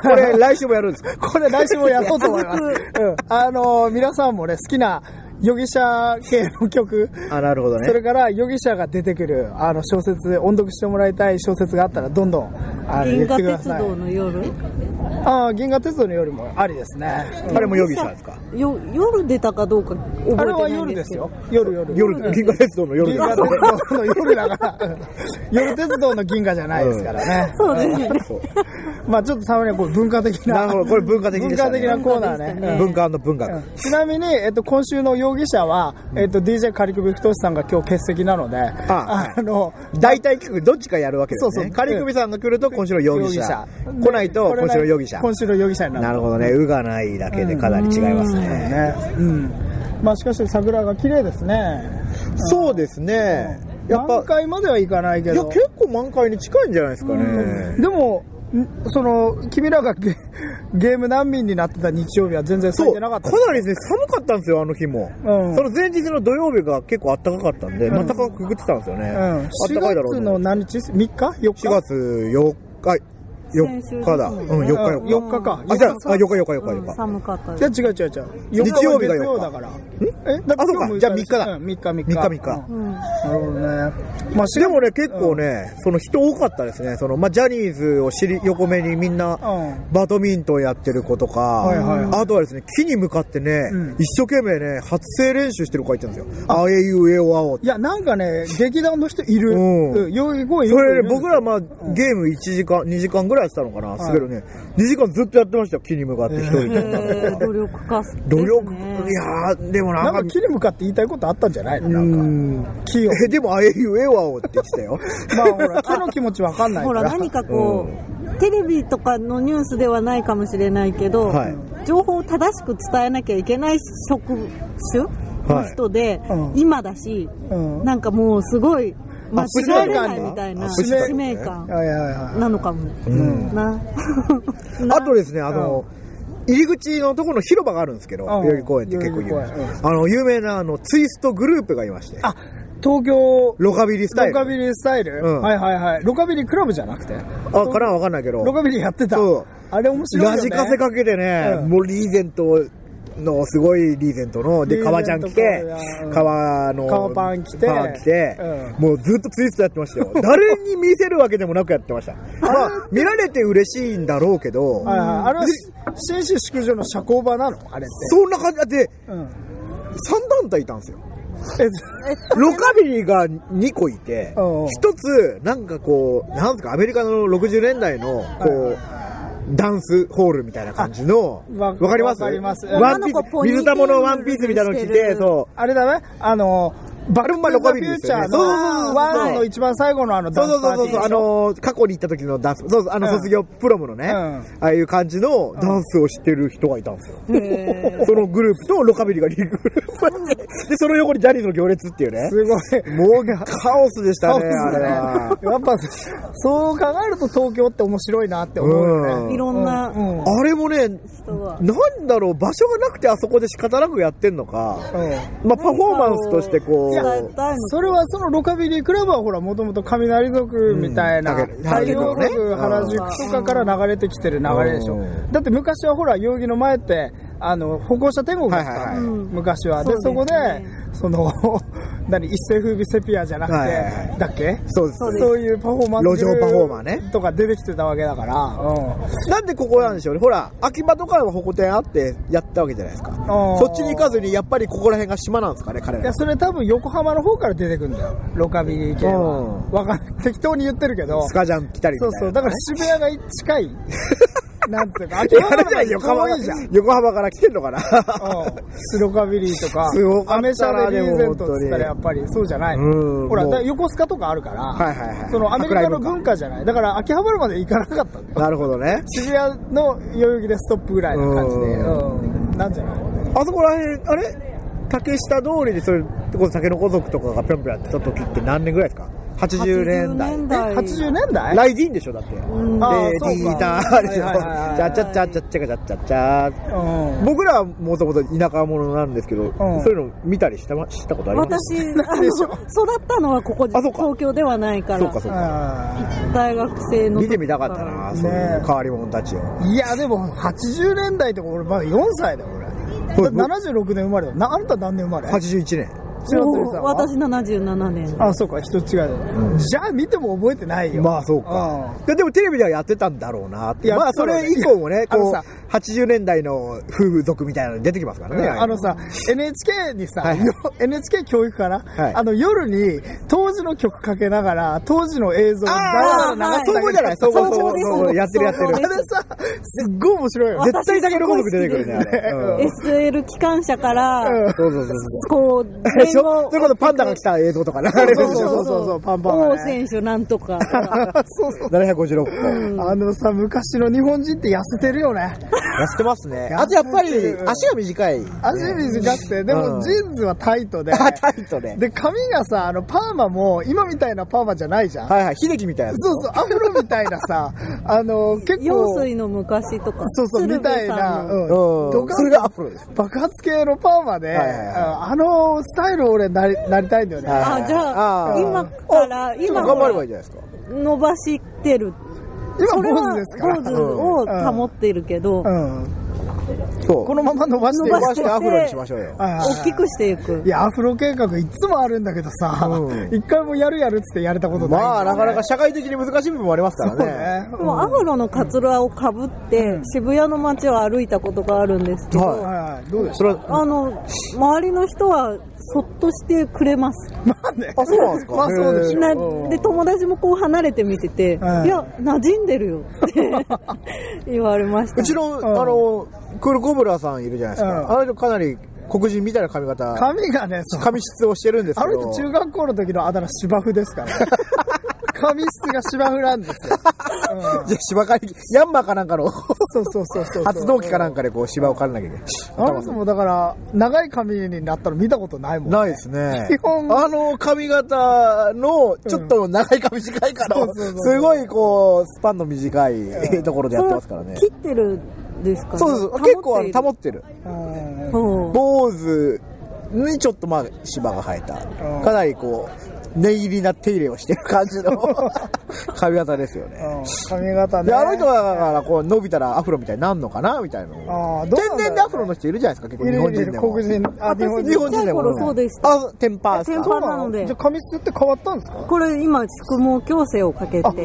[SPEAKER 2] こ
[SPEAKER 1] <laughs>
[SPEAKER 2] れ来週もやるんですか
[SPEAKER 1] これ来週もやろうと思います、うん、あの皆さんもね好きな容疑者系の曲、
[SPEAKER 2] あ、なるほどね
[SPEAKER 1] そ。れから容疑者が出てくるあの小説音読してもらいたい小説があったらどんどんあの言
[SPEAKER 3] 銀
[SPEAKER 1] ってく
[SPEAKER 3] 河
[SPEAKER 1] だ
[SPEAKER 3] 鉄
[SPEAKER 1] さい
[SPEAKER 3] 道の夜
[SPEAKER 1] ああ銀河鉄道の夜もありですね
[SPEAKER 2] あれも容疑者ですか
[SPEAKER 3] よ夜出たかどうか覚えて
[SPEAKER 1] あれは
[SPEAKER 3] ないん
[SPEAKER 1] 夜
[SPEAKER 3] で
[SPEAKER 1] ですす
[SPEAKER 3] けど
[SPEAKER 1] よ夜夜
[SPEAKER 2] 夜、銀河鉄道の夜
[SPEAKER 1] 銀
[SPEAKER 2] で
[SPEAKER 1] 河
[SPEAKER 2] すか
[SPEAKER 1] 鉄道の夜だからうん夜鉄道の銀河じゃないですからね、
[SPEAKER 3] そうですよね
[SPEAKER 2] そう
[SPEAKER 1] まあちょっとたまにはこう文化的な
[SPEAKER 2] なるほど、これ文化的で
[SPEAKER 1] 文
[SPEAKER 2] した
[SPEAKER 1] 化
[SPEAKER 2] ね。
[SPEAKER 1] 的なコーナーね
[SPEAKER 3] 文化的でしたね
[SPEAKER 1] うん
[SPEAKER 2] 文化文化。
[SPEAKER 1] ちなみに、えっと、今週の容疑者は、えっと、DJ カリクビ太さんが今日欠席なので、
[SPEAKER 2] あ
[SPEAKER 1] あの、
[SPEAKER 2] 大体企画どっちかやるわけですね。
[SPEAKER 1] そうそう
[SPEAKER 2] 仮組さんが来ると今週の容疑者。来ないと
[SPEAKER 1] これ
[SPEAKER 2] 今週の容疑者。
[SPEAKER 1] 今週の容疑者になる。
[SPEAKER 2] なるほどね。うがないだけでかなり違いますね。
[SPEAKER 1] ね。うん。まあ、しかし桜が綺麗ですね。
[SPEAKER 2] そうですね。やっぱ
[SPEAKER 1] 満、開まではいかないけ
[SPEAKER 2] いや、
[SPEAKER 1] ど。
[SPEAKER 2] 結構満開に近いんじゃないですかね。
[SPEAKER 1] でも、んその、君らがゲゲーム難民になってた日曜日は全然咲
[SPEAKER 2] そ、
[SPEAKER 1] いうて
[SPEAKER 2] か
[SPEAKER 1] なか
[SPEAKER 2] な
[SPEAKER 1] った。
[SPEAKER 2] りね、寒かったんですよ、あの日も。
[SPEAKER 1] うん
[SPEAKER 2] その前日の土曜日が結構暖かかったんで、まあ、高くくぐってたんですよね。
[SPEAKER 1] うん。4
[SPEAKER 2] 暖かいだろう
[SPEAKER 1] 月
[SPEAKER 2] と
[SPEAKER 1] の
[SPEAKER 2] 思って。
[SPEAKER 1] 何日 ?3 日 ?4 日
[SPEAKER 2] 4月4日、4
[SPEAKER 3] 先週
[SPEAKER 2] 日だ。
[SPEAKER 3] ですも
[SPEAKER 2] うん
[SPEAKER 3] ね、
[SPEAKER 2] 4日4日。
[SPEAKER 1] 4日か。
[SPEAKER 2] あ、じゃあ、4日4日4日
[SPEAKER 3] う
[SPEAKER 2] 4
[SPEAKER 3] ん
[SPEAKER 2] 日。
[SPEAKER 3] 寒かった
[SPEAKER 1] いや
[SPEAKER 3] です
[SPEAKER 1] 違う違う違う。
[SPEAKER 2] 日曜日が
[SPEAKER 1] 4
[SPEAKER 2] 四日
[SPEAKER 1] だから。んえ
[SPEAKER 2] あそうかじゃあ三日だ
[SPEAKER 1] 3日3日。
[SPEAKER 2] 三日三日
[SPEAKER 1] う
[SPEAKER 3] うんん
[SPEAKER 1] なるほどね。まあ、
[SPEAKER 2] でもね、結構ね、その人多かったですね。その、まあ、ジャニーズを知り、横目にみんな、
[SPEAKER 1] う
[SPEAKER 2] バドミントンやってる子とか、
[SPEAKER 1] いはいは
[SPEAKER 2] あとはですね、木に向かってね、
[SPEAKER 1] うん
[SPEAKER 2] 一生懸命ね、発声練習してる子がいたんですよ。あえいうえおあおって
[SPEAKER 1] いや、なんかね、劇団の人いる。
[SPEAKER 2] うん
[SPEAKER 1] うん。よい声
[SPEAKER 2] それね、僕らまあ、ゲーム1時間、2時間ぐらいやってたのかな、すけどね、2時間ずっとやってましたよ、木に向かって一人
[SPEAKER 3] え
[SPEAKER 2] で。
[SPEAKER 3] ー努力家ですね
[SPEAKER 2] <laughs> 努力、いやー、でもな
[SPEAKER 1] なんん
[SPEAKER 2] か
[SPEAKER 1] か、木に向かって言いたいことあったんじゃないの
[SPEAKER 2] う
[SPEAKER 1] なんか。
[SPEAKER 2] ん <laughs>
[SPEAKER 1] 木を。
[SPEAKER 2] え、でもあえいうえおあおって言ってた
[SPEAKER 1] <laughs>
[SPEAKER 2] よ。
[SPEAKER 1] まあ、ほら、木の気持ちわかんないか
[SPEAKER 3] ほら
[SPEAKER 1] ら。
[SPEAKER 3] 何かこう、テレビとかのニュースではないかもしれないけど、
[SPEAKER 2] はい
[SPEAKER 3] 情報を正しく伝えなきゃいけない職種の人で、
[SPEAKER 1] はいうん
[SPEAKER 3] 今だし、
[SPEAKER 1] うん
[SPEAKER 3] なんかもうすごい間違えられないみたい
[SPEAKER 2] あ
[SPEAKER 3] な
[SPEAKER 2] 使命感
[SPEAKER 3] 使命感
[SPEAKER 1] はいはいはい。
[SPEAKER 3] なのかも、
[SPEAKER 2] ん
[SPEAKER 3] なな
[SPEAKER 2] あとですね、あの、入り口のところの広場があるんですけど、
[SPEAKER 1] うん
[SPEAKER 2] 代々木公園って結構有
[SPEAKER 1] 代々木公
[SPEAKER 2] 名。あの、有名な、あの、ツイストグループがいまして。
[SPEAKER 1] あ、東京、
[SPEAKER 2] ロカビリースタイ
[SPEAKER 1] ロ
[SPEAKER 2] ル。
[SPEAKER 1] カビリースタイル
[SPEAKER 2] うん
[SPEAKER 1] はいはいはい。ロカビリークラブじゃなくて。
[SPEAKER 2] あ、かなわかんないけど。
[SPEAKER 1] ロカビリーやってた
[SPEAKER 2] そう。
[SPEAKER 1] あれ面白いよ
[SPEAKER 2] ラ
[SPEAKER 1] ね。
[SPEAKER 2] ジカセかけてね、
[SPEAKER 1] うん
[SPEAKER 2] もうリーゼントの、すごいリーゼントの、で、
[SPEAKER 1] リーゼント
[SPEAKER 2] 革ちゃん着て
[SPEAKER 1] う、ん
[SPEAKER 2] 革の、
[SPEAKER 1] 革パン着て
[SPEAKER 2] 革着て
[SPEAKER 1] う
[SPEAKER 2] もうずっとツイストやってまし
[SPEAKER 1] <laughs>
[SPEAKER 2] たよ。誰に見せるわけでもなくやってました。まあ、見られて嬉しいんだろうけど、
[SPEAKER 1] はいはいあれは、紳士淑女の社交場なのあれって。
[SPEAKER 2] そんな感じだって、
[SPEAKER 1] うん。
[SPEAKER 2] 3団体いたんですよ。
[SPEAKER 1] え、 <laughs>
[SPEAKER 2] ロカビリーが2個いて、
[SPEAKER 1] うん
[SPEAKER 2] 一つ、なんかこう、なんですか、アメリカの60年代の、こう、ダンスホールみたいな感じの、
[SPEAKER 1] わ
[SPEAKER 2] わかります
[SPEAKER 1] わかります
[SPEAKER 2] ワンピー
[SPEAKER 3] 女の子ポ
[SPEAKER 2] ス、
[SPEAKER 3] ニーテール
[SPEAKER 2] 水玉のワンピースみたいなの着
[SPEAKER 3] して
[SPEAKER 2] て、
[SPEAKER 3] る
[SPEAKER 2] そ
[SPEAKER 1] あれだね、あの、バック
[SPEAKER 2] まあ
[SPEAKER 1] トゥ
[SPEAKER 2] ロ
[SPEAKER 1] ザ
[SPEAKER 2] カ
[SPEAKER 1] フ
[SPEAKER 2] ビリ
[SPEAKER 1] ュ
[SPEAKER 2] ー
[SPEAKER 1] ー
[SPEAKER 2] です
[SPEAKER 1] チ
[SPEAKER 2] よ
[SPEAKER 1] ャ
[SPEAKER 2] ね
[SPEAKER 1] ーの、
[SPEAKER 2] そう
[SPEAKER 1] ワンの一番最後のあの、
[SPEAKER 2] う、そ
[SPEAKER 1] ダ
[SPEAKER 2] う
[SPEAKER 1] ン
[SPEAKER 2] そう
[SPEAKER 1] スパ
[SPEAKER 2] そう
[SPEAKER 1] ーティー
[SPEAKER 2] そうそう、あのー、過去に行った時のダンス、そうそう、あの、
[SPEAKER 1] うん
[SPEAKER 2] 卒業プロムのね、
[SPEAKER 1] うん
[SPEAKER 2] ああいう感じのダンスをしてる人がいたんですよ。
[SPEAKER 3] へ
[SPEAKER 2] そのグループとロカビリーがリ <laughs> ーグループ。で、その横にジャニーズの行列っていうね。
[SPEAKER 1] すごい。
[SPEAKER 2] もうカオスでした
[SPEAKER 1] カオ
[SPEAKER 2] ね、
[SPEAKER 1] ス
[SPEAKER 2] あ
[SPEAKER 1] だね
[SPEAKER 2] れは。
[SPEAKER 1] <laughs> やっぱ、そう考えると東京って面白いなって思うよ
[SPEAKER 2] う
[SPEAKER 1] ね。
[SPEAKER 2] ん
[SPEAKER 3] <laughs> いろんな
[SPEAKER 1] うんうん
[SPEAKER 2] あれもね、
[SPEAKER 3] 人は、
[SPEAKER 2] なんだろう、場所がなくてあそこで仕方なくやってんのか、まあ、パフォーマンスとしてこ
[SPEAKER 3] いや伝え
[SPEAKER 2] う、
[SPEAKER 3] たいの
[SPEAKER 1] それはそのロカビリークラブはほらもともと雷族みたいな、
[SPEAKER 2] うんだ
[SPEAKER 1] 太
[SPEAKER 2] け
[SPEAKER 1] 陽
[SPEAKER 2] どね
[SPEAKER 1] 族原宿とかから流れてきてる流れでしょ、
[SPEAKER 2] うん
[SPEAKER 1] だって昔はほら代々木の前ってあの歩行者天国だったの、
[SPEAKER 2] はいはいはい
[SPEAKER 1] 昔はでそ
[SPEAKER 3] そう
[SPEAKER 1] こ
[SPEAKER 3] です
[SPEAKER 1] で
[SPEAKER 3] ね
[SPEAKER 1] その <laughs> 何一世風靡セピアじゃなくて、
[SPEAKER 2] はいはいはい
[SPEAKER 1] だっけ
[SPEAKER 2] そうです
[SPEAKER 1] そういうパフォーマンス
[SPEAKER 2] 路上パフォーマーね
[SPEAKER 1] とか出てきてたわけだから、う
[SPEAKER 2] なんでここなんでしょうね、ほら、秋葉とかはホコ天あってやったわけじゃないですか、
[SPEAKER 1] ん、
[SPEAKER 2] そっちに行かずに、やっぱりここら辺が島なんですかね、彼
[SPEAKER 1] い
[SPEAKER 2] ら
[SPEAKER 1] や。それ多分横浜の方から出てくるんだよロカビリー系は
[SPEAKER 2] うん
[SPEAKER 1] わかん適当に言ってるけど
[SPEAKER 2] スカジャン来たりみた
[SPEAKER 1] そそ
[SPEAKER 2] いうな。
[SPEAKER 1] う、だから渋谷が近
[SPEAKER 2] <laughs>
[SPEAKER 1] い。なんつうか、秋葉
[SPEAKER 2] いやあ
[SPEAKER 1] 原
[SPEAKER 2] れ
[SPEAKER 1] と
[SPEAKER 2] じゃ
[SPEAKER 1] か
[SPEAKER 2] ない横
[SPEAKER 1] 横
[SPEAKER 2] 浜
[SPEAKER 1] いいじゃん。うん。
[SPEAKER 2] 横浜から来てんのかな
[SPEAKER 1] スロカビリーとか、
[SPEAKER 2] すごかったな
[SPEAKER 1] アメシャでリーゼントっ
[SPEAKER 2] でも本当
[SPEAKER 1] つ
[SPEAKER 2] に
[SPEAKER 1] ったらやっぱりそうじゃない
[SPEAKER 2] うん
[SPEAKER 1] ほら、
[SPEAKER 2] も
[SPEAKER 1] だか
[SPEAKER 2] う
[SPEAKER 1] ら横須賀とかあるから、
[SPEAKER 2] はいはいはい
[SPEAKER 1] そのアメリカの
[SPEAKER 2] 舶来文化
[SPEAKER 1] 文化じゃない。だから秋葉原まで行かなかったんだよ。
[SPEAKER 2] なるほどね。
[SPEAKER 1] 渋谷の代々木でストップぐらいな感じで、
[SPEAKER 2] う
[SPEAKER 1] うんなんじゃない
[SPEAKER 2] あそこら辺、あれ竹下通りでそういう、こう酒の子族とかがぴょんぴょんやってた時って何年ぐらいですか ?80 年代。
[SPEAKER 1] え、80年代
[SPEAKER 2] ライディーンでしょだって。
[SPEAKER 3] ん
[SPEAKER 1] あー
[SPEAKER 2] レディータ
[SPEAKER 1] そうか
[SPEAKER 2] ーでしょ。
[SPEAKER 1] はいはいはいはい
[SPEAKER 2] ちゃちゃちゃちゃちゃちゃちゃちゃ。
[SPEAKER 1] うん。
[SPEAKER 2] 僕らはもともと田舎者なんですけど、
[SPEAKER 1] ん
[SPEAKER 2] そういうの見たりしたましたことあります
[SPEAKER 3] 私
[SPEAKER 2] <laughs>
[SPEAKER 3] あの育ったのはここ
[SPEAKER 2] あそうか
[SPEAKER 3] 東京ではないから
[SPEAKER 2] そうかそうか。
[SPEAKER 1] あ
[SPEAKER 3] 大学生の時
[SPEAKER 2] 見てみたかったな、そういう変わり者たちを。
[SPEAKER 1] ーいや、でも80年代とか俺まだ4歳だよ、俺。
[SPEAKER 2] そう
[SPEAKER 1] 76年生まれだよなあんた何年生まれ
[SPEAKER 2] 81年。
[SPEAKER 1] 白鳥さんは
[SPEAKER 3] 私77年
[SPEAKER 1] あそうか人違いだ、ねじゃあ見ても覚えてないよ
[SPEAKER 2] まあそうか。ででもテレビではやってたんだろうなって。
[SPEAKER 1] や
[SPEAKER 2] ま
[SPEAKER 1] っ
[SPEAKER 2] あ
[SPEAKER 1] てた
[SPEAKER 2] そ
[SPEAKER 1] ろうね
[SPEAKER 2] れ以降もね、
[SPEAKER 1] あの
[SPEAKER 2] こ
[SPEAKER 1] さ
[SPEAKER 2] う、80年代の風俗みたいなのに出てきますから
[SPEAKER 1] うん
[SPEAKER 2] ね。
[SPEAKER 1] あのさ NHK にさ、
[SPEAKER 2] はいはい
[SPEAKER 1] よ NHK 教育かな、
[SPEAKER 2] はい
[SPEAKER 1] あの夜に当時の曲かけながら当時の映像を
[SPEAKER 2] あー、
[SPEAKER 1] ダラダラ
[SPEAKER 2] あ
[SPEAKER 1] 流す
[SPEAKER 2] そう
[SPEAKER 1] だけ
[SPEAKER 2] いうことじゃない。そうそうそうそうそう。やってるやってる
[SPEAKER 1] あ。れさすっごい面白いよ
[SPEAKER 3] あ
[SPEAKER 1] ね
[SPEAKER 2] <laughs> 絶対酒のごとく出てくるね、あれ。うん
[SPEAKER 3] SL 機関車から、
[SPEAKER 2] そうそうそうそう。 <laughs>
[SPEAKER 3] こう、
[SPEAKER 2] でし
[SPEAKER 3] 連
[SPEAKER 2] ょ
[SPEAKER 3] 合
[SPEAKER 2] それこそパンダが来た映像とかね。あれ
[SPEAKER 1] そうそう
[SPEAKER 2] <laughs>
[SPEAKER 1] そうそうそうパンパン
[SPEAKER 3] 王
[SPEAKER 1] がね
[SPEAKER 3] 選手なんとかとか
[SPEAKER 1] そうそう
[SPEAKER 2] 756個。
[SPEAKER 1] あのさ昔の日本人って痩せてるよね
[SPEAKER 2] 痩せてますね。あとやっぱり足が短い。
[SPEAKER 1] 足短くて、で
[SPEAKER 2] う
[SPEAKER 1] も
[SPEAKER 2] ん
[SPEAKER 1] ジーンズはタイトで
[SPEAKER 2] あタイトで
[SPEAKER 1] で髪がさあのパーマも今みたいなパーマじゃないじゃん、
[SPEAKER 2] はいはい。秀樹みたいなやつ。
[SPEAKER 1] そうそうアフロみたいなさあの結構
[SPEAKER 3] 用水の昔とか、
[SPEAKER 1] そうそう、
[SPEAKER 3] 鶴
[SPEAKER 1] み
[SPEAKER 3] 瓶さ
[SPEAKER 1] た
[SPEAKER 3] ん
[SPEAKER 1] い
[SPEAKER 3] の
[SPEAKER 1] な、うん
[SPEAKER 2] うん
[SPEAKER 1] ドカン
[SPEAKER 2] それがアップルです
[SPEAKER 1] 爆発系のパーマで、
[SPEAKER 2] はいはいはい
[SPEAKER 1] ああのスタイル俺なりなりたいんだよね。
[SPEAKER 2] はい
[SPEAKER 3] あ、じゃ
[SPEAKER 2] あ
[SPEAKER 3] あ、
[SPEAKER 2] ー
[SPEAKER 3] 今から、
[SPEAKER 2] ちょっ
[SPEAKER 3] 今
[SPEAKER 2] と頑張ればいい
[SPEAKER 3] い
[SPEAKER 2] じゃないですか。
[SPEAKER 3] 伸ばしてる。
[SPEAKER 1] 今、
[SPEAKER 3] それは
[SPEAKER 1] 坊主ですから。
[SPEAKER 3] 坊主を保ってるけど、
[SPEAKER 1] うん。
[SPEAKER 2] そう。
[SPEAKER 1] このまま伸ばしていく
[SPEAKER 2] 伸
[SPEAKER 3] 伸ば
[SPEAKER 2] ばし
[SPEAKER 3] し
[SPEAKER 2] ててアフロにしましょうよ。
[SPEAKER 1] はいはいはい
[SPEAKER 3] 大きくしていく
[SPEAKER 1] い。や、アフロ計画いつもあるんだけどさ、
[SPEAKER 2] うん
[SPEAKER 1] 一回もやるやるっつってやれたことない。
[SPEAKER 2] まあ、なかなか社会的に難しい部分もありますから
[SPEAKER 1] そう
[SPEAKER 2] ね。
[SPEAKER 1] ね。
[SPEAKER 3] でもアフロのカツラをかぶって、渋谷の街を歩いたことがあるんですけど、
[SPEAKER 2] はい
[SPEAKER 1] はいはい、どうでし
[SPEAKER 2] それは、
[SPEAKER 3] あの、周りの人は、そっとしてくれます。
[SPEAKER 1] ょうなんで
[SPEAKER 2] あ、そうなんですか。
[SPEAKER 1] まあそうでしょ
[SPEAKER 3] な
[SPEAKER 1] うん
[SPEAKER 3] で、友達もこう離れて見てて、い
[SPEAKER 1] うん
[SPEAKER 3] や、馴染んでるよって
[SPEAKER 2] <laughs>
[SPEAKER 3] 言われました。
[SPEAKER 2] うちの、
[SPEAKER 1] ん
[SPEAKER 2] あの、クールコブラさんいるじゃないです
[SPEAKER 1] うん
[SPEAKER 2] か。あの人かなり黒人みたいな髪型、
[SPEAKER 1] 髪がね、そう
[SPEAKER 2] 髪質をしてるんです
[SPEAKER 1] あ
[SPEAKER 2] け
[SPEAKER 1] る
[SPEAKER 2] ど
[SPEAKER 1] 人。中学校の時のあだ名芝生ですから。
[SPEAKER 2] <laughs>
[SPEAKER 1] 髪質が芝生なんですよ。
[SPEAKER 2] じゃあ芝刈り、ヤンマーかなんかの
[SPEAKER 1] そうそうそうそうそう。
[SPEAKER 2] 発動機かなんかでこう芝を刈らなきゃいけない。
[SPEAKER 1] あの人もだから、長い髪になったの見たことないもんね。
[SPEAKER 2] ないですね。
[SPEAKER 1] 基本
[SPEAKER 2] あの髪型の、ちょっと長い髪短いから、
[SPEAKER 1] うんそうそうそう
[SPEAKER 2] すごいこう、スパンの短いところでやってますからね。
[SPEAKER 3] 切ってるんですかね。
[SPEAKER 2] そうそうそう、結構あの保
[SPEAKER 3] 保っ
[SPEAKER 2] ってる。
[SPEAKER 1] うん
[SPEAKER 3] て
[SPEAKER 2] 坊主にちょっとまあ、芝が生えた。
[SPEAKER 1] うん
[SPEAKER 2] かなりこう、念入りな手入れをしてる感
[SPEAKER 1] <laughs>
[SPEAKER 2] じの髪型ですよね。
[SPEAKER 1] 髪型ね。
[SPEAKER 2] で、あの人がだからこう伸びたらアフロみたいになんのかなみたいな。
[SPEAKER 1] あーどうなんだろうね
[SPEAKER 2] 天然でアフロの人いるじゃないですか、結構
[SPEAKER 1] い
[SPEAKER 2] 日
[SPEAKER 1] る
[SPEAKER 2] 本
[SPEAKER 1] いる
[SPEAKER 2] 人でも。
[SPEAKER 1] 黒人。あ、日本
[SPEAKER 3] 私
[SPEAKER 1] 人
[SPEAKER 2] 日本
[SPEAKER 3] ちっ
[SPEAKER 2] 人
[SPEAKER 3] ちゃ
[SPEAKER 2] で
[SPEAKER 3] い
[SPEAKER 2] も。
[SPEAKER 3] 頃そうでした
[SPEAKER 2] あ、テンパーですか
[SPEAKER 3] テンパーなので
[SPEAKER 1] じゃあ髪質って変わったんですか
[SPEAKER 3] これ今、宿毛矯正をかけて、
[SPEAKER 2] あ、そ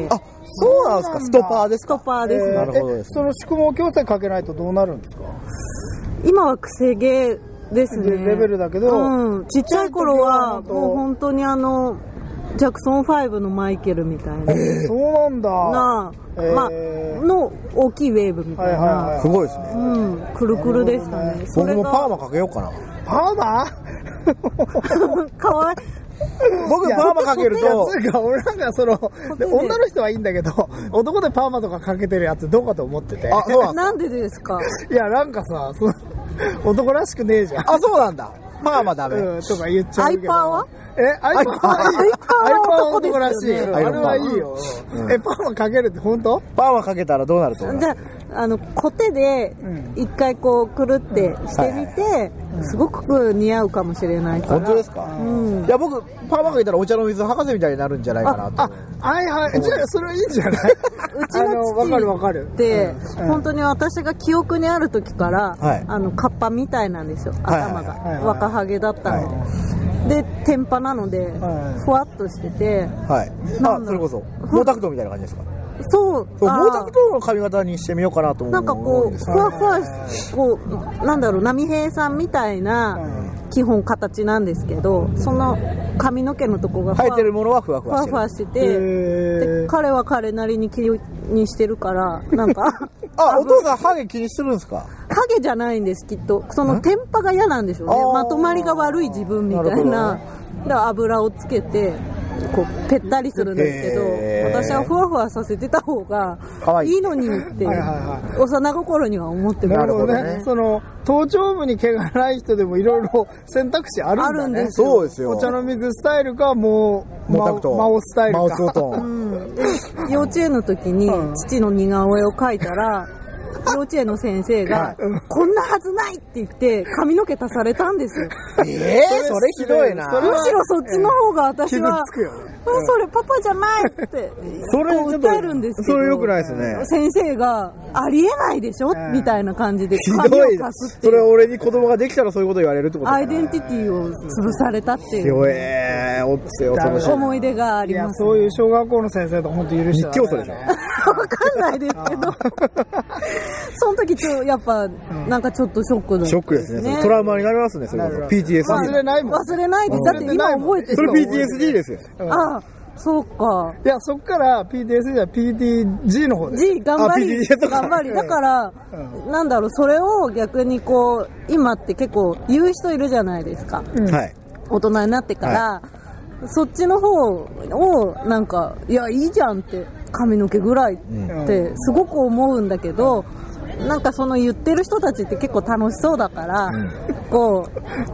[SPEAKER 2] うなんですか。ストパーです
[SPEAKER 3] ス
[SPEAKER 2] か。
[SPEAKER 3] トッパーです
[SPEAKER 2] な
[SPEAKER 3] ね。
[SPEAKER 2] るほど
[SPEAKER 1] え
[SPEAKER 2] です
[SPEAKER 1] その宿毛矯正かけないとどうなるんですか
[SPEAKER 3] 今は癖毛ですね。
[SPEAKER 1] レベルだけど
[SPEAKER 3] うん。ちっちゃい頃
[SPEAKER 1] ちっちゃい時
[SPEAKER 3] は、
[SPEAKER 1] は本当
[SPEAKER 3] もう本当にあの、ジャクソン5のマイケルみたいな、
[SPEAKER 1] そうなんだ。
[SPEAKER 3] な
[SPEAKER 1] えー
[SPEAKER 3] まあ、の大きいウェーブみた
[SPEAKER 1] は
[SPEAKER 3] い
[SPEAKER 1] いはい
[SPEAKER 3] な
[SPEAKER 1] は。
[SPEAKER 2] すごいですね。
[SPEAKER 3] うん、くるくるでしたね。そ
[SPEAKER 2] 僕
[SPEAKER 3] れ
[SPEAKER 2] もパー
[SPEAKER 3] <laughs> が、
[SPEAKER 2] マかけようかな。
[SPEAKER 1] パーマ
[SPEAKER 3] かわい
[SPEAKER 2] 僕
[SPEAKER 1] いや
[SPEAKER 2] パーマかける
[SPEAKER 1] いや
[SPEAKER 2] と
[SPEAKER 1] つ、うか、俺なんかその、で
[SPEAKER 3] で
[SPEAKER 1] 女の人はいいんだけど、男でパーマとかかけてるやつどうかと思ってて。
[SPEAKER 2] あ、そうなん
[SPEAKER 3] い。
[SPEAKER 2] だ。
[SPEAKER 3] なんでです
[SPEAKER 1] <laughs>
[SPEAKER 3] か
[SPEAKER 1] いや、なんかさ、その男らしくねえじゃん。
[SPEAKER 2] あ、そうなんだ。パーマダメ。
[SPEAKER 1] うん、とか言っちゃうけど。
[SPEAKER 3] アイパーは
[SPEAKER 1] え、アイパーはいいよ
[SPEAKER 3] アイパーは
[SPEAKER 1] アイパーは
[SPEAKER 3] 男
[SPEAKER 1] 男ら
[SPEAKER 3] です
[SPEAKER 1] しい。
[SPEAKER 3] よね
[SPEAKER 1] あれはいいよ。え、パーマかけるって本当
[SPEAKER 2] パーマかけたらどうなると思い
[SPEAKER 3] じ
[SPEAKER 2] ます
[SPEAKER 3] ゃあ、あの、コテで、一回こう、くるってしてみて、すごく似合うかもしれないから。
[SPEAKER 2] 本当ですか
[SPEAKER 3] うん
[SPEAKER 2] いや、僕、パーマかけたらお茶の水博士みたいになるんじゃないかなと
[SPEAKER 1] あ
[SPEAKER 2] 思う。、
[SPEAKER 1] はいはい。じゃあ、それはいいんじゃないう
[SPEAKER 3] ち
[SPEAKER 1] あの、
[SPEAKER 3] の
[SPEAKER 1] わかるわか
[SPEAKER 3] 父
[SPEAKER 1] る
[SPEAKER 3] っ。て、本当に私が記憶にある時から、
[SPEAKER 2] はい
[SPEAKER 3] あの、カッパみたいなんですよ、
[SPEAKER 2] はい
[SPEAKER 3] 頭が。
[SPEAKER 1] はいはい
[SPEAKER 3] 若ハゲだったので。で、天パなので、
[SPEAKER 1] はい
[SPEAKER 3] ふわっとしてて、
[SPEAKER 2] はい。
[SPEAKER 3] な
[SPEAKER 2] あ
[SPEAKER 3] ん、だ
[SPEAKER 2] それこそ、毛沢東みたいな感じですか。
[SPEAKER 3] そう、
[SPEAKER 2] そう
[SPEAKER 3] あ
[SPEAKER 2] 毛沢東の髪型にしてみようかなと思
[SPEAKER 3] な
[SPEAKER 2] うん
[SPEAKER 3] かこ
[SPEAKER 2] ん
[SPEAKER 3] う、
[SPEAKER 2] です
[SPEAKER 3] ふ
[SPEAKER 2] けど
[SPEAKER 3] わふわし、こう、なんだろう、波平さんみたいな、基本形なんですけど、その髪の毛のとこがふ
[SPEAKER 2] 生
[SPEAKER 3] わ
[SPEAKER 2] えてるものはふわふ
[SPEAKER 3] ふ
[SPEAKER 2] わし
[SPEAKER 3] わ
[SPEAKER 2] て
[SPEAKER 3] ふ
[SPEAKER 2] る
[SPEAKER 3] わ。してて、で
[SPEAKER 1] えー
[SPEAKER 3] 彼は彼なりに気にしてるから、なんか、
[SPEAKER 2] あ、お父さん、ハゲ気にしてるんですか
[SPEAKER 3] 影じゃないんですきっとその天パが嫌なんでしょうね
[SPEAKER 2] あー
[SPEAKER 3] まとまりが悪い自分みたい
[SPEAKER 2] なるほ
[SPEAKER 3] な
[SPEAKER 2] ど
[SPEAKER 3] だから油をつけてこうぺったりするんですけど、
[SPEAKER 2] へー
[SPEAKER 3] 私はふわふわさせてた方が
[SPEAKER 2] 可愛い
[SPEAKER 3] いいのにって
[SPEAKER 1] はいはい
[SPEAKER 3] 幼心には思ってま
[SPEAKER 2] な
[SPEAKER 3] す
[SPEAKER 2] るほどね
[SPEAKER 1] その、頭頂部に毛がない人でもいろいろ <laughs> 選択肢あるんだ
[SPEAKER 3] あるん
[SPEAKER 1] ね
[SPEAKER 3] で。すよ
[SPEAKER 2] そうですよ。
[SPEAKER 1] お茶の水スタイルか、もう、
[SPEAKER 2] 毛
[SPEAKER 1] マ
[SPEAKER 2] 沢
[SPEAKER 1] オ
[SPEAKER 2] 東。
[SPEAKER 1] マオスタイル
[SPEAKER 2] マオツオ
[SPEAKER 1] か。
[SPEAKER 2] トーン。
[SPEAKER 3] うんで幼稚園の時に
[SPEAKER 1] うん
[SPEAKER 2] <laughs>
[SPEAKER 3] 父の似顔絵を描いたら幼稚園の先生が
[SPEAKER 1] うん
[SPEAKER 3] こんなはずないって言って髪の毛足されたん
[SPEAKER 2] <laughs>
[SPEAKER 3] ですよ。
[SPEAKER 2] えー、それひどいな。
[SPEAKER 1] それは
[SPEAKER 3] むしろそっちの方が私
[SPEAKER 1] 傷
[SPEAKER 3] は、
[SPEAKER 1] つくよね
[SPEAKER 3] うんそれパパじゃないって、
[SPEAKER 2] <laughs> それ
[SPEAKER 3] こう
[SPEAKER 2] ちょっと
[SPEAKER 3] 訴えるんですけ
[SPEAKER 2] そ
[SPEAKER 3] ど。
[SPEAKER 2] れ良くないですね
[SPEAKER 3] 先生が、ありえないでしょみたいな感じで、
[SPEAKER 2] ひ
[SPEAKER 3] 髪を
[SPEAKER 2] どい
[SPEAKER 3] 貸すって
[SPEAKER 2] それ
[SPEAKER 3] いう、
[SPEAKER 2] 俺に子供ができたらそういうこと言われるってこと
[SPEAKER 3] アイデンティティを潰されたっていう
[SPEAKER 2] 強えー、おっつよ、恐ろし
[SPEAKER 1] ダ
[SPEAKER 2] い
[SPEAKER 1] メだ
[SPEAKER 3] 思い出があ
[SPEAKER 1] い
[SPEAKER 3] り
[SPEAKER 1] や
[SPEAKER 3] ま、す。
[SPEAKER 1] そういう小学校の先生と本当許しちゃ
[SPEAKER 2] 日教祖でしょ
[SPEAKER 3] わかんないですけど、その時ちょ、やっぱ、なんかちょっとショックだった
[SPEAKER 2] ショックですね。それトラウマになりますね、それこそ。PTSD。
[SPEAKER 1] 忘れないもん。
[SPEAKER 3] 忘れないです。だって今覚えてる。
[SPEAKER 2] それ PTSD ですよ。
[SPEAKER 3] ああ、そうか。
[SPEAKER 1] いや、そっから PTS じゃ PTG の方です。
[SPEAKER 3] G 頑張り
[SPEAKER 2] PDD とか
[SPEAKER 3] 頑張りだから、なんだろうそれを逆にこう今って結構言う人いるじゃないですか、
[SPEAKER 2] はい。
[SPEAKER 3] 大人になってから、そっちの方をなんかいやいいじゃんって髪の毛ぐらいってすごく思うんだけど、なんかその言ってる人たちって結構楽しそうだから、こ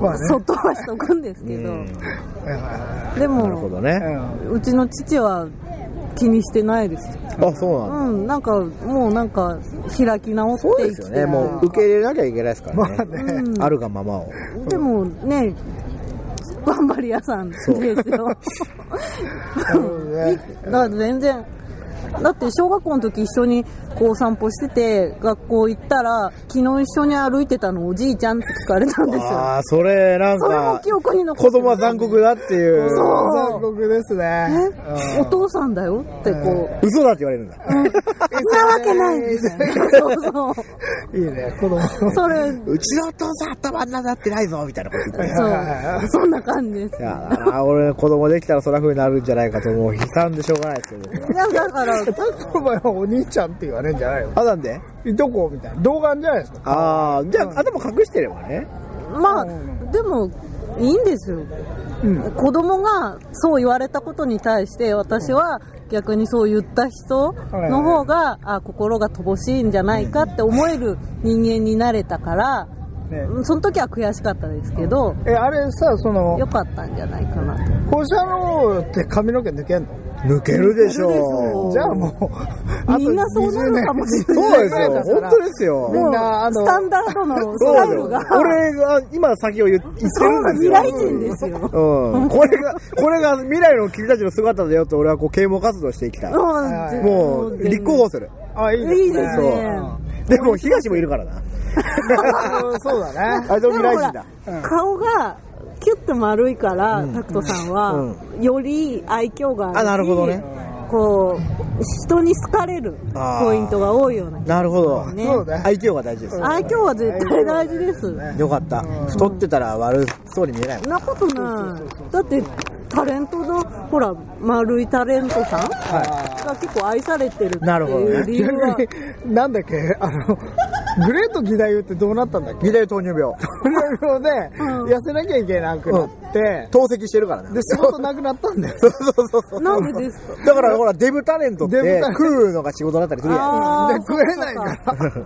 [SPEAKER 3] う、
[SPEAKER 1] まあね
[SPEAKER 3] そっとはしとくんですけど、で
[SPEAKER 2] なるほ
[SPEAKER 3] も
[SPEAKER 2] どね
[SPEAKER 1] う。ん。
[SPEAKER 3] うちの父は気にしてないです
[SPEAKER 2] あ、そうなんだ。
[SPEAKER 3] うん、なんか、もうなんか、開き直って
[SPEAKER 2] そう
[SPEAKER 3] 生
[SPEAKER 2] で
[SPEAKER 3] き
[SPEAKER 2] す
[SPEAKER 3] て
[SPEAKER 2] よ
[SPEAKER 3] る
[SPEAKER 2] ね。もう受け入れなきゃいけないですからね。
[SPEAKER 3] うん
[SPEAKER 2] あるがままを。
[SPEAKER 3] でもね、頑張り屋さんですよ。い <laughs> だから全然、だって小学校の時一緒にこう散歩してて、学校行ったら、昨日一緒に歩いてたのおじいちゃんって聞かれたんですよ。
[SPEAKER 2] ああ、それなん
[SPEAKER 3] それも
[SPEAKER 2] か
[SPEAKER 3] 記、憶に残って
[SPEAKER 2] 子
[SPEAKER 3] る
[SPEAKER 2] 供は残酷だっていう。
[SPEAKER 1] 残酷ですね。
[SPEAKER 3] えお父さんだよってこう、
[SPEAKER 2] 嘘だって言われるんだ。
[SPEAKER 3] そんなわけないみたいな。そうそ
[SPEAKER 1] いいね、子供。 <laughs>
[SPEAKER 3] う。それ、
[SPEAKER 2] うちのお父さん頭になってないぞ、みたいなこと言って。
[SPEAKER 3] そう、そんな感じです
[SPEAKER 2] い。やだな俺子供できたらそんな風になるんじゃないかと思う悲惨でしょうがないですよ僕はい
[SPEAKER 3] や、だから、
[SPEAKER 1] お前はお兄ちゃんって言われるんじゃないよ。
[SPEAKER 2] あなんで
[SPEAKER 1] いとこみたいな。童顔じゃないですか。
[SPEAKER 2] ああじゃあ頭隠してればね
[SPEAKER 3] まあ、でも、いいんですよ。子供がそう言われたことに対して、私は逆にそう言った人の方が、あ、心が乏しいんじゃないかって思える人間になれたから、
[SPEAKER 1] ね
[SPEAKER 3] その時は悔しかったですけど、
[SPEAKER 1] え、あれさ、その
[SPEAKER 3] 良、かったんじゃないかなと。
[SPEAKER 1] 放射能って髪の毛抜けんの
[SPEAKER 2] 抜けるでし
[SPEAKER 3] 抜けるでしょ
[SPEAKER 2] ょう
[SPEAKER 3] う
[SPEAKER 1] じゃあもう、あと
[SPEAKER 3] みんなそうなるかもし
[SPEAKER 2] そ
[SPEAKER 3] れ
[SPEAKER 2] うです
[SPEAKER 1] 20
[SPEAKER 2] よ
[SPEAKER 1] 年ぐらいだから
[SPEAKER 2] 本当ですよ
[SPEAKER 1] みんなあ
[SPEAKER 3] も
[SPEAKER 1] の
[SPEAKER 3] うスタンダードの
[SPEAKER 2] そ
[SPEAKER 3] スタイ
[SPEAKER 2] う
[SPEAKER 3] ル
[SPEAKER 2] よ
[SPEAKER 3] が、
[SPEAKER 2] 俺が今先を言ってるんです
[SPEAKER 3] そ
[SPEAKER 2] よ
[SPEAKER 3] う未来人ですよ。
[SPEAKER 2] うん、これが、これが未来の君たちの姿だよって俺はこう啓蒙活動していきたい。
[SPEAKER 3] うん
[SPEAKER 2] もう、
[SPEAKER 3] 全然
[SPEAKER 2] 立候補する。
[SPEAKER 1] あ、いい
[SPEAKER 3] いい
[SPEAKER 1] で
[SPEAKER 3] ですす
[SPEAKER 1] ね。
[SPEAKER 3] ね。
[SPEAKER 2] でも、東もいるからな。
[SPEAKER 1] うんそうだね。
[SPEAKER 2] あいつも
[SPEAKER 3] でも
[SPEAKER 2] 未
[SPEAKER 3] ほ
[SPEAKER 2] 来
[SPEAKER 3] ら
[SPEAKER 2] 人だ。
[SPEAKER 3] 顔がキュッと丸いから、タクトさんは、
[SPEAKER 2] う
[SPEAKER 3] より愛嬌があるし
[SPEAKER 2] あなるほどね
[SPEAKER 3] こう人に好かれる
[SPEAKER 2] あー
[SPEAKER 3] ポイントが多いような
[SPEAKER 2] なるほど。
[SPEAKER 3] ね
[SPEAKER 1] そうだね。
[SPEAKER 2] 愛嬌が大事ですよ。
[SPEAKER 3] 愛嬌は絶対大事ですそん
[SPEAKER 2] よかった。太ってたら悪そうに見えないもん。
[SPEAKER 3] なことないだってタレントのほら丸いタレントさんが結構愛されてるって
[SPEAKER 2] なるほど
[SPEAKER 3] いう
[SPEAKER 2] ね
[SPEAKER 3] 理由は
[SPEAKER 1] 逆に、なんだっけ、あの、グレート義太夫ってどうなったんだっけ
[SPEAKER 2] ギタ糖尿病。
[SPEAKER 1] いろいろで、痩せなきゃいけなくなって、
[SPEAKER 2] 透析してるからな。
[SPEAKER 1] で、仕事なくなったんだよ。
[SPEAKER 2] そうそうそうそう。
[SPEAKER 3] なんでですか
[SPEAKER 2] だからほら、デブタレントって
[SPEAKER 1] デブタレント
[SPEAKER 2] 食うのが仕事だったりするやん。
[SPEAKER 3] あー
[SPEAKER 1] で、食えないか
[SPEAKER 3] そう
[SPEAKER 1] ら。
[SPEAKER 3] か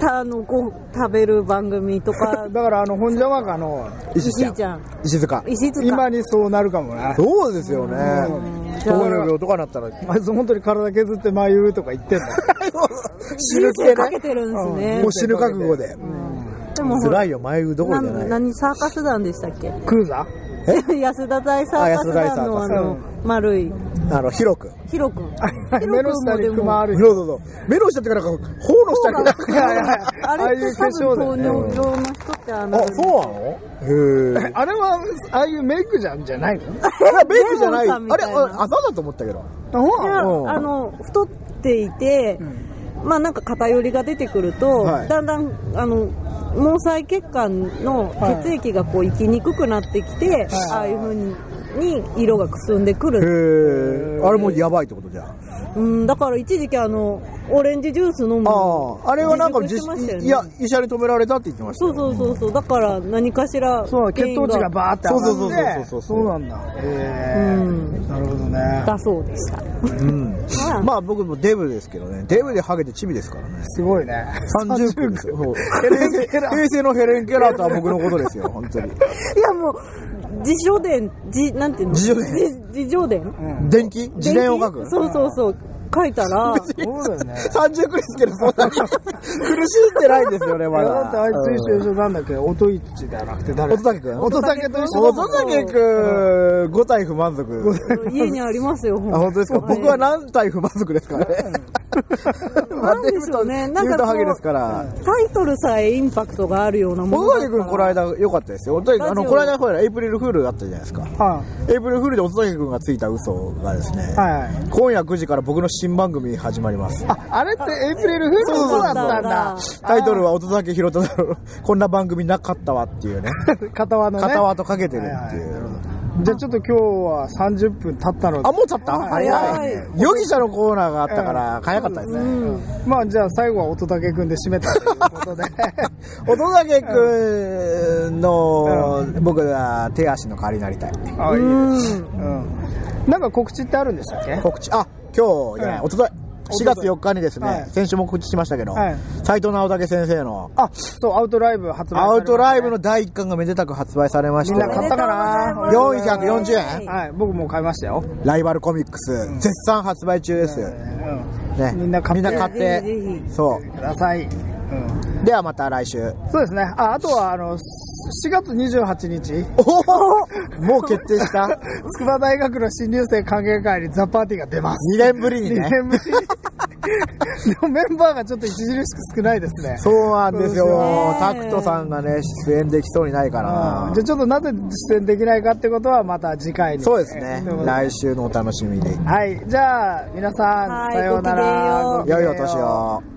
[SPEAKER 3] たあのご食べる番組とか
[SPEAKER 1] だから、あの、本邪魔かの、
[SPEAKER 2] <laughs> 石
[SPEAKER 3] 石
[SPEAKER 2] ち
[SPEAKER 3] 井
[SPEAKER 2] ゃ
[SPEAKER 3] ち
[SPEAKER 2] ん。
[SPEAKER 3] ゃん
[SPEAKER 2] 石塚。
[SPEAKER 3] 石塚
[SPEAKER 1] 今にそうなるかもね。
[SPEAKER 2] そうですよね。糖
[SPEAKER 3] じゃあ
[SPEAKER 2] 尿病とかなったら、
[SPEAKER 1] あいつ本当に体削って眉うとか言ってん
[SPEAKER 2] <laughs>
[SPEAKER 1] だよ。
[SPEAKER 2] 死ぬ系
[SPEAKER 3] 人生かけ
[SPEAKER 2] ね。
[SPEAKER 3] てるんですね
[SPEAKER 2] もう死ぬ覚悟で。
[SPEAKER 3] でもほら
[SPEAKER 2] 辛いよ、前どころじゃ
[SPEAKER 3] な
[SPEAKER 2] ない。
[SPEAKER 3] 何サーカス団でしたっけ
[SPEAKER 1] クーザ
[SPEAKER 3] <laughs> 安田大サーカス団
[SPEAKER 2] あ
[SPEAKER 3] のあ
[SPEAKER 2] 安田大サーカス
[SPEAKER 3] の丸い
[SPEAKER 2] あの、広く。
[SPEAKER 3] ヒロ君
[SPEAKER 1] ー目の下にクマある
[SPEAKER 2] そうそうそう。目の下ってから、こう頬の
[SPEAKER 1] <laughs>
[SPEAKER 2] 下になん
[SPEAKER 1] いやいやいや
[SPEAKER 2] か。
[SPEAKER 3] あれって多分糖
[SPEAKER 1] よね
[SPEAKER 3] 尿病の人ってあの
[SPEAKER 2] あ、そうなのへえ。
[SPEAKER 1] あれは、ああいうメイクじゃんじゃないの
[SPEAKER 2] あれはメイクじゃない。
[SPEAKER 3] レモンさんみた
[SPEAKER 2] あ
[SPEAKER 3] い
[SPEAKER 2] れ、
[SPEAKER 3] な
[SPEAKER 2] ああざだと思ったけど。
[SPEAKER 3] いやあの太っていて、まあなんか偏りが出てくると、
[SPEAKER 2] はい
[SPEAKER 3] だんだんあの毛細血管の血液がこう行きにくくなってきて、ああいう風にに色がくすんでくる
[SPEAKER 2] へえ。あれもうやばいってことじゃん。
[SPEAKER 3] うん、だから一時期あのオレンジジュース飲む
[SPEAKER 2] あ
[SPEAKER 3] の
[SPEAKER 2] あ、あれはなんか
[SPEAKER 3] 自
[SPEAKER 2] 自
[SPEAKER 3] 粛してましたよ、ね
[SPEAKER 2] いや、医者に止められたって言ってました
[SPEAKER 3] そう
[SPEAKER 2] よ。
[SPEAKER 3] そうそうそうだから何かしら
[SPEAKER 1] そう、血糖値がバーって上がって。
[SPEAKER 2] そうそうそうそうそう
[SPEAKER 1] そうなんだ。えーなるほどね。
[SPEAKER 3] だそうでした
[SPEAKER 2] うん。
[SPEAKER 3] まあ
[SPEAKER 2] まあ僕もデブですけどね。デブでハゲてチビですからね。
[SPEAKER 1] すごいね。
[SPEAKER 2] 30分ですよ。そう平成平成のヘレン・ケラーとは僕のことですよ、本当に。
[SPEAKER 3] いやもう自叙伝じなんていうの
[SPEAKER 2] 自叙伝
[SPEAKER 3] 自自叙伝
[SPEAKER 2] 電気自伝を書く
[SPEAKER 3] そうそうそう書いたら、
[SPEAKER 1] そうだよね。
[SPEAKER 2] 三十くらいですけど、そんなに苦しんでないんですよね、
[SPEAKER 1] い
[SPEAKER 2] <laughs> ま
[SPEAKER 1] や
[SPEAKER 2] だ。
[SPEAKER 1] だってあいつ一緒一緒なんだっけ音一致ではなくて誰
[SPEAKER 2] 音竹くん
[SPEAKER 1] 音竹と一緒
[SPEAKER 2] お
[SPEAKER 1] だもん
[SPEAKER 2] とたけくん、五体不満足。
[SPEAKER 3] 家にありますよ、ほん
[SPEAKER 2] あ、
[SPEAKER 3] と
[SPEAKER 2] 本当ですか。僕は何体不満足ですからね。
[SPEAKER 3] なんでしょうね。なん
[SPEAKER 2] 言う
[SPEAKER 3] か
[SPEAKER 2] と
[SPEAKER 3] こ
[SPEAKER 2] ハゲです
[SPEAKER 3] う、
[SPEAKER 2] から。
[SPEAKER 3] タイトルさえインパクトがあるようなもの
[SPEAKER 2] 音
[SPEAKER 3] だから。
[SPEAKER 2] 竹くん、この間良かったですよ。音竹くんあの、
[SPEAKER 3] ラジオ
[SPEAKER 2] この間ほら、エイプリルフールだったじゃないですか。
[SPEAKER 1] は
[SPEAKER 2] エイプリルフールで音竹くんがついた嘘がですね、
[SPEAKER 1] い。はい。
[SPEAKER 2] 今夜9時から僕の新番組始まります。
[SPEAKER 1] あ、あれってエイプリルフールの嘘だったんだ。
[SPEAKER 2] タイトルは音竹弘太郎、こんな番組なかったわっていうね。
[SPEAKER 1] 片輪のね。
[SPEAKER 2] 片輪とかけてる
[SPEAKER 1] は
[SPEAKER 2] っ
[SPEAKER 1] い
[SPEAKER 2] て
[SPEAKER 1] はい
[SPEAKER 2] い
[SPEAKER 1] なる
[SPEAKER 2] う。
[SPEAKER 1] ほどじゃあちょっと今日は30分経ったので。
[SPEAKER 2] あ、もう経った
[SPEAKER 1] はい
[SPEAKER 2] 早い。ヨギ社のコーナーがあったから、早かったですね。
[SPEAKER 1] まあじゃあ最後は音竹くんで締めたという
[SPEAKER 2] <laughs>
[SPEAKER 1] ことで。
[SPEAKER 2] 音竹くんの、僕は手足の代わりになりたい。
[SPEAKER 1] あ、いいです。うん。なんか告知ってあるんでしたっけ
[SPEAKER 2] 告知、あ、今日じゃない、
[SPEAKER 1] うん
[SPEAKER 2] おととい。4月4日にですね、
[SPEAKER 1] はい
[SPEAKER 2] 先週も告知しましたけど、
[SPEAKER 1] はい
[SPEAKER 2] 斉藤直武先生の
[SPEAKER 1] あ、そう、アウトライブ発売されまし
[SPEAKER 2] ア
[SPEAKER 1] たね
[SPEAKER 2] ウトライブの第1巻がめでたく発売されまし、
[SPEAKER 1] みんな買ったたかな
[SPEAKER 3] おめでとうございます
[SPEAKER 2] 440円
[SPEAKER 1] はい、僕も買いましたよ。
[SPEAKER 2] ライバルコミックス、絶賛発売中です。
[SPEAKER 1] うん
[SPEAKER 2] ね、
[SPEAKER 1] みんな買って
[SPEAKER 2] って
[SPEAKER 3] ぜひぜひ
[SPEAKER 2] そ
[SPEAKER 1] ください。うん
[SPEAKER 2] う。ではまた来週。
[SPEAKER 1] そうですね。あ、あとは、あの、4月28日、
[SPEAKER 2] <laughs> おおもう決定した
[SPEAKER 1] <laughs> 筑波大学の新入生歓迎会にザ・パーティーが出ます。
[SPEAKER 2] ?2 年ぶりに
[SPEAKER 1] 2
[SPEAKER 2] ね。
[SPEAKER 1] 年ぶりに。 <laughs> でもメンバーがちょっと著しく少ないですね。
[SPEAKER 2] そうなんです
[SPEAKER 3] そう
[SPEAKER 2] よ
[SPEAKER 3] で。す
[SPEAKER 2] タ
[SPEAKER 3] ね
[SPEAKER 2] クトさんがね、出演できそうにないから
[SPEAKER 1] うん
[SPEAKER 2] な
[SPEAKER 1] じゃあ。ちょっとなぜ出演できないかってことはまた次回に。
[SPEAKER 2] そうですね
[SPEAKER 1] というこ。とで
[SPEAKER 2] 来週のお楽しみに。
[SPEAKER 1] はい。じゃあ、皆さん、
[SPEAKER 3] はい
[SPEAKER 1] さような
[SPEAKER 3] ごきげんよ
[SPEAKER 1] ら。
[SPEAKER 3] う
[SPEAKER 1] ごきげん
[SPEAKER 2] 良いお年を。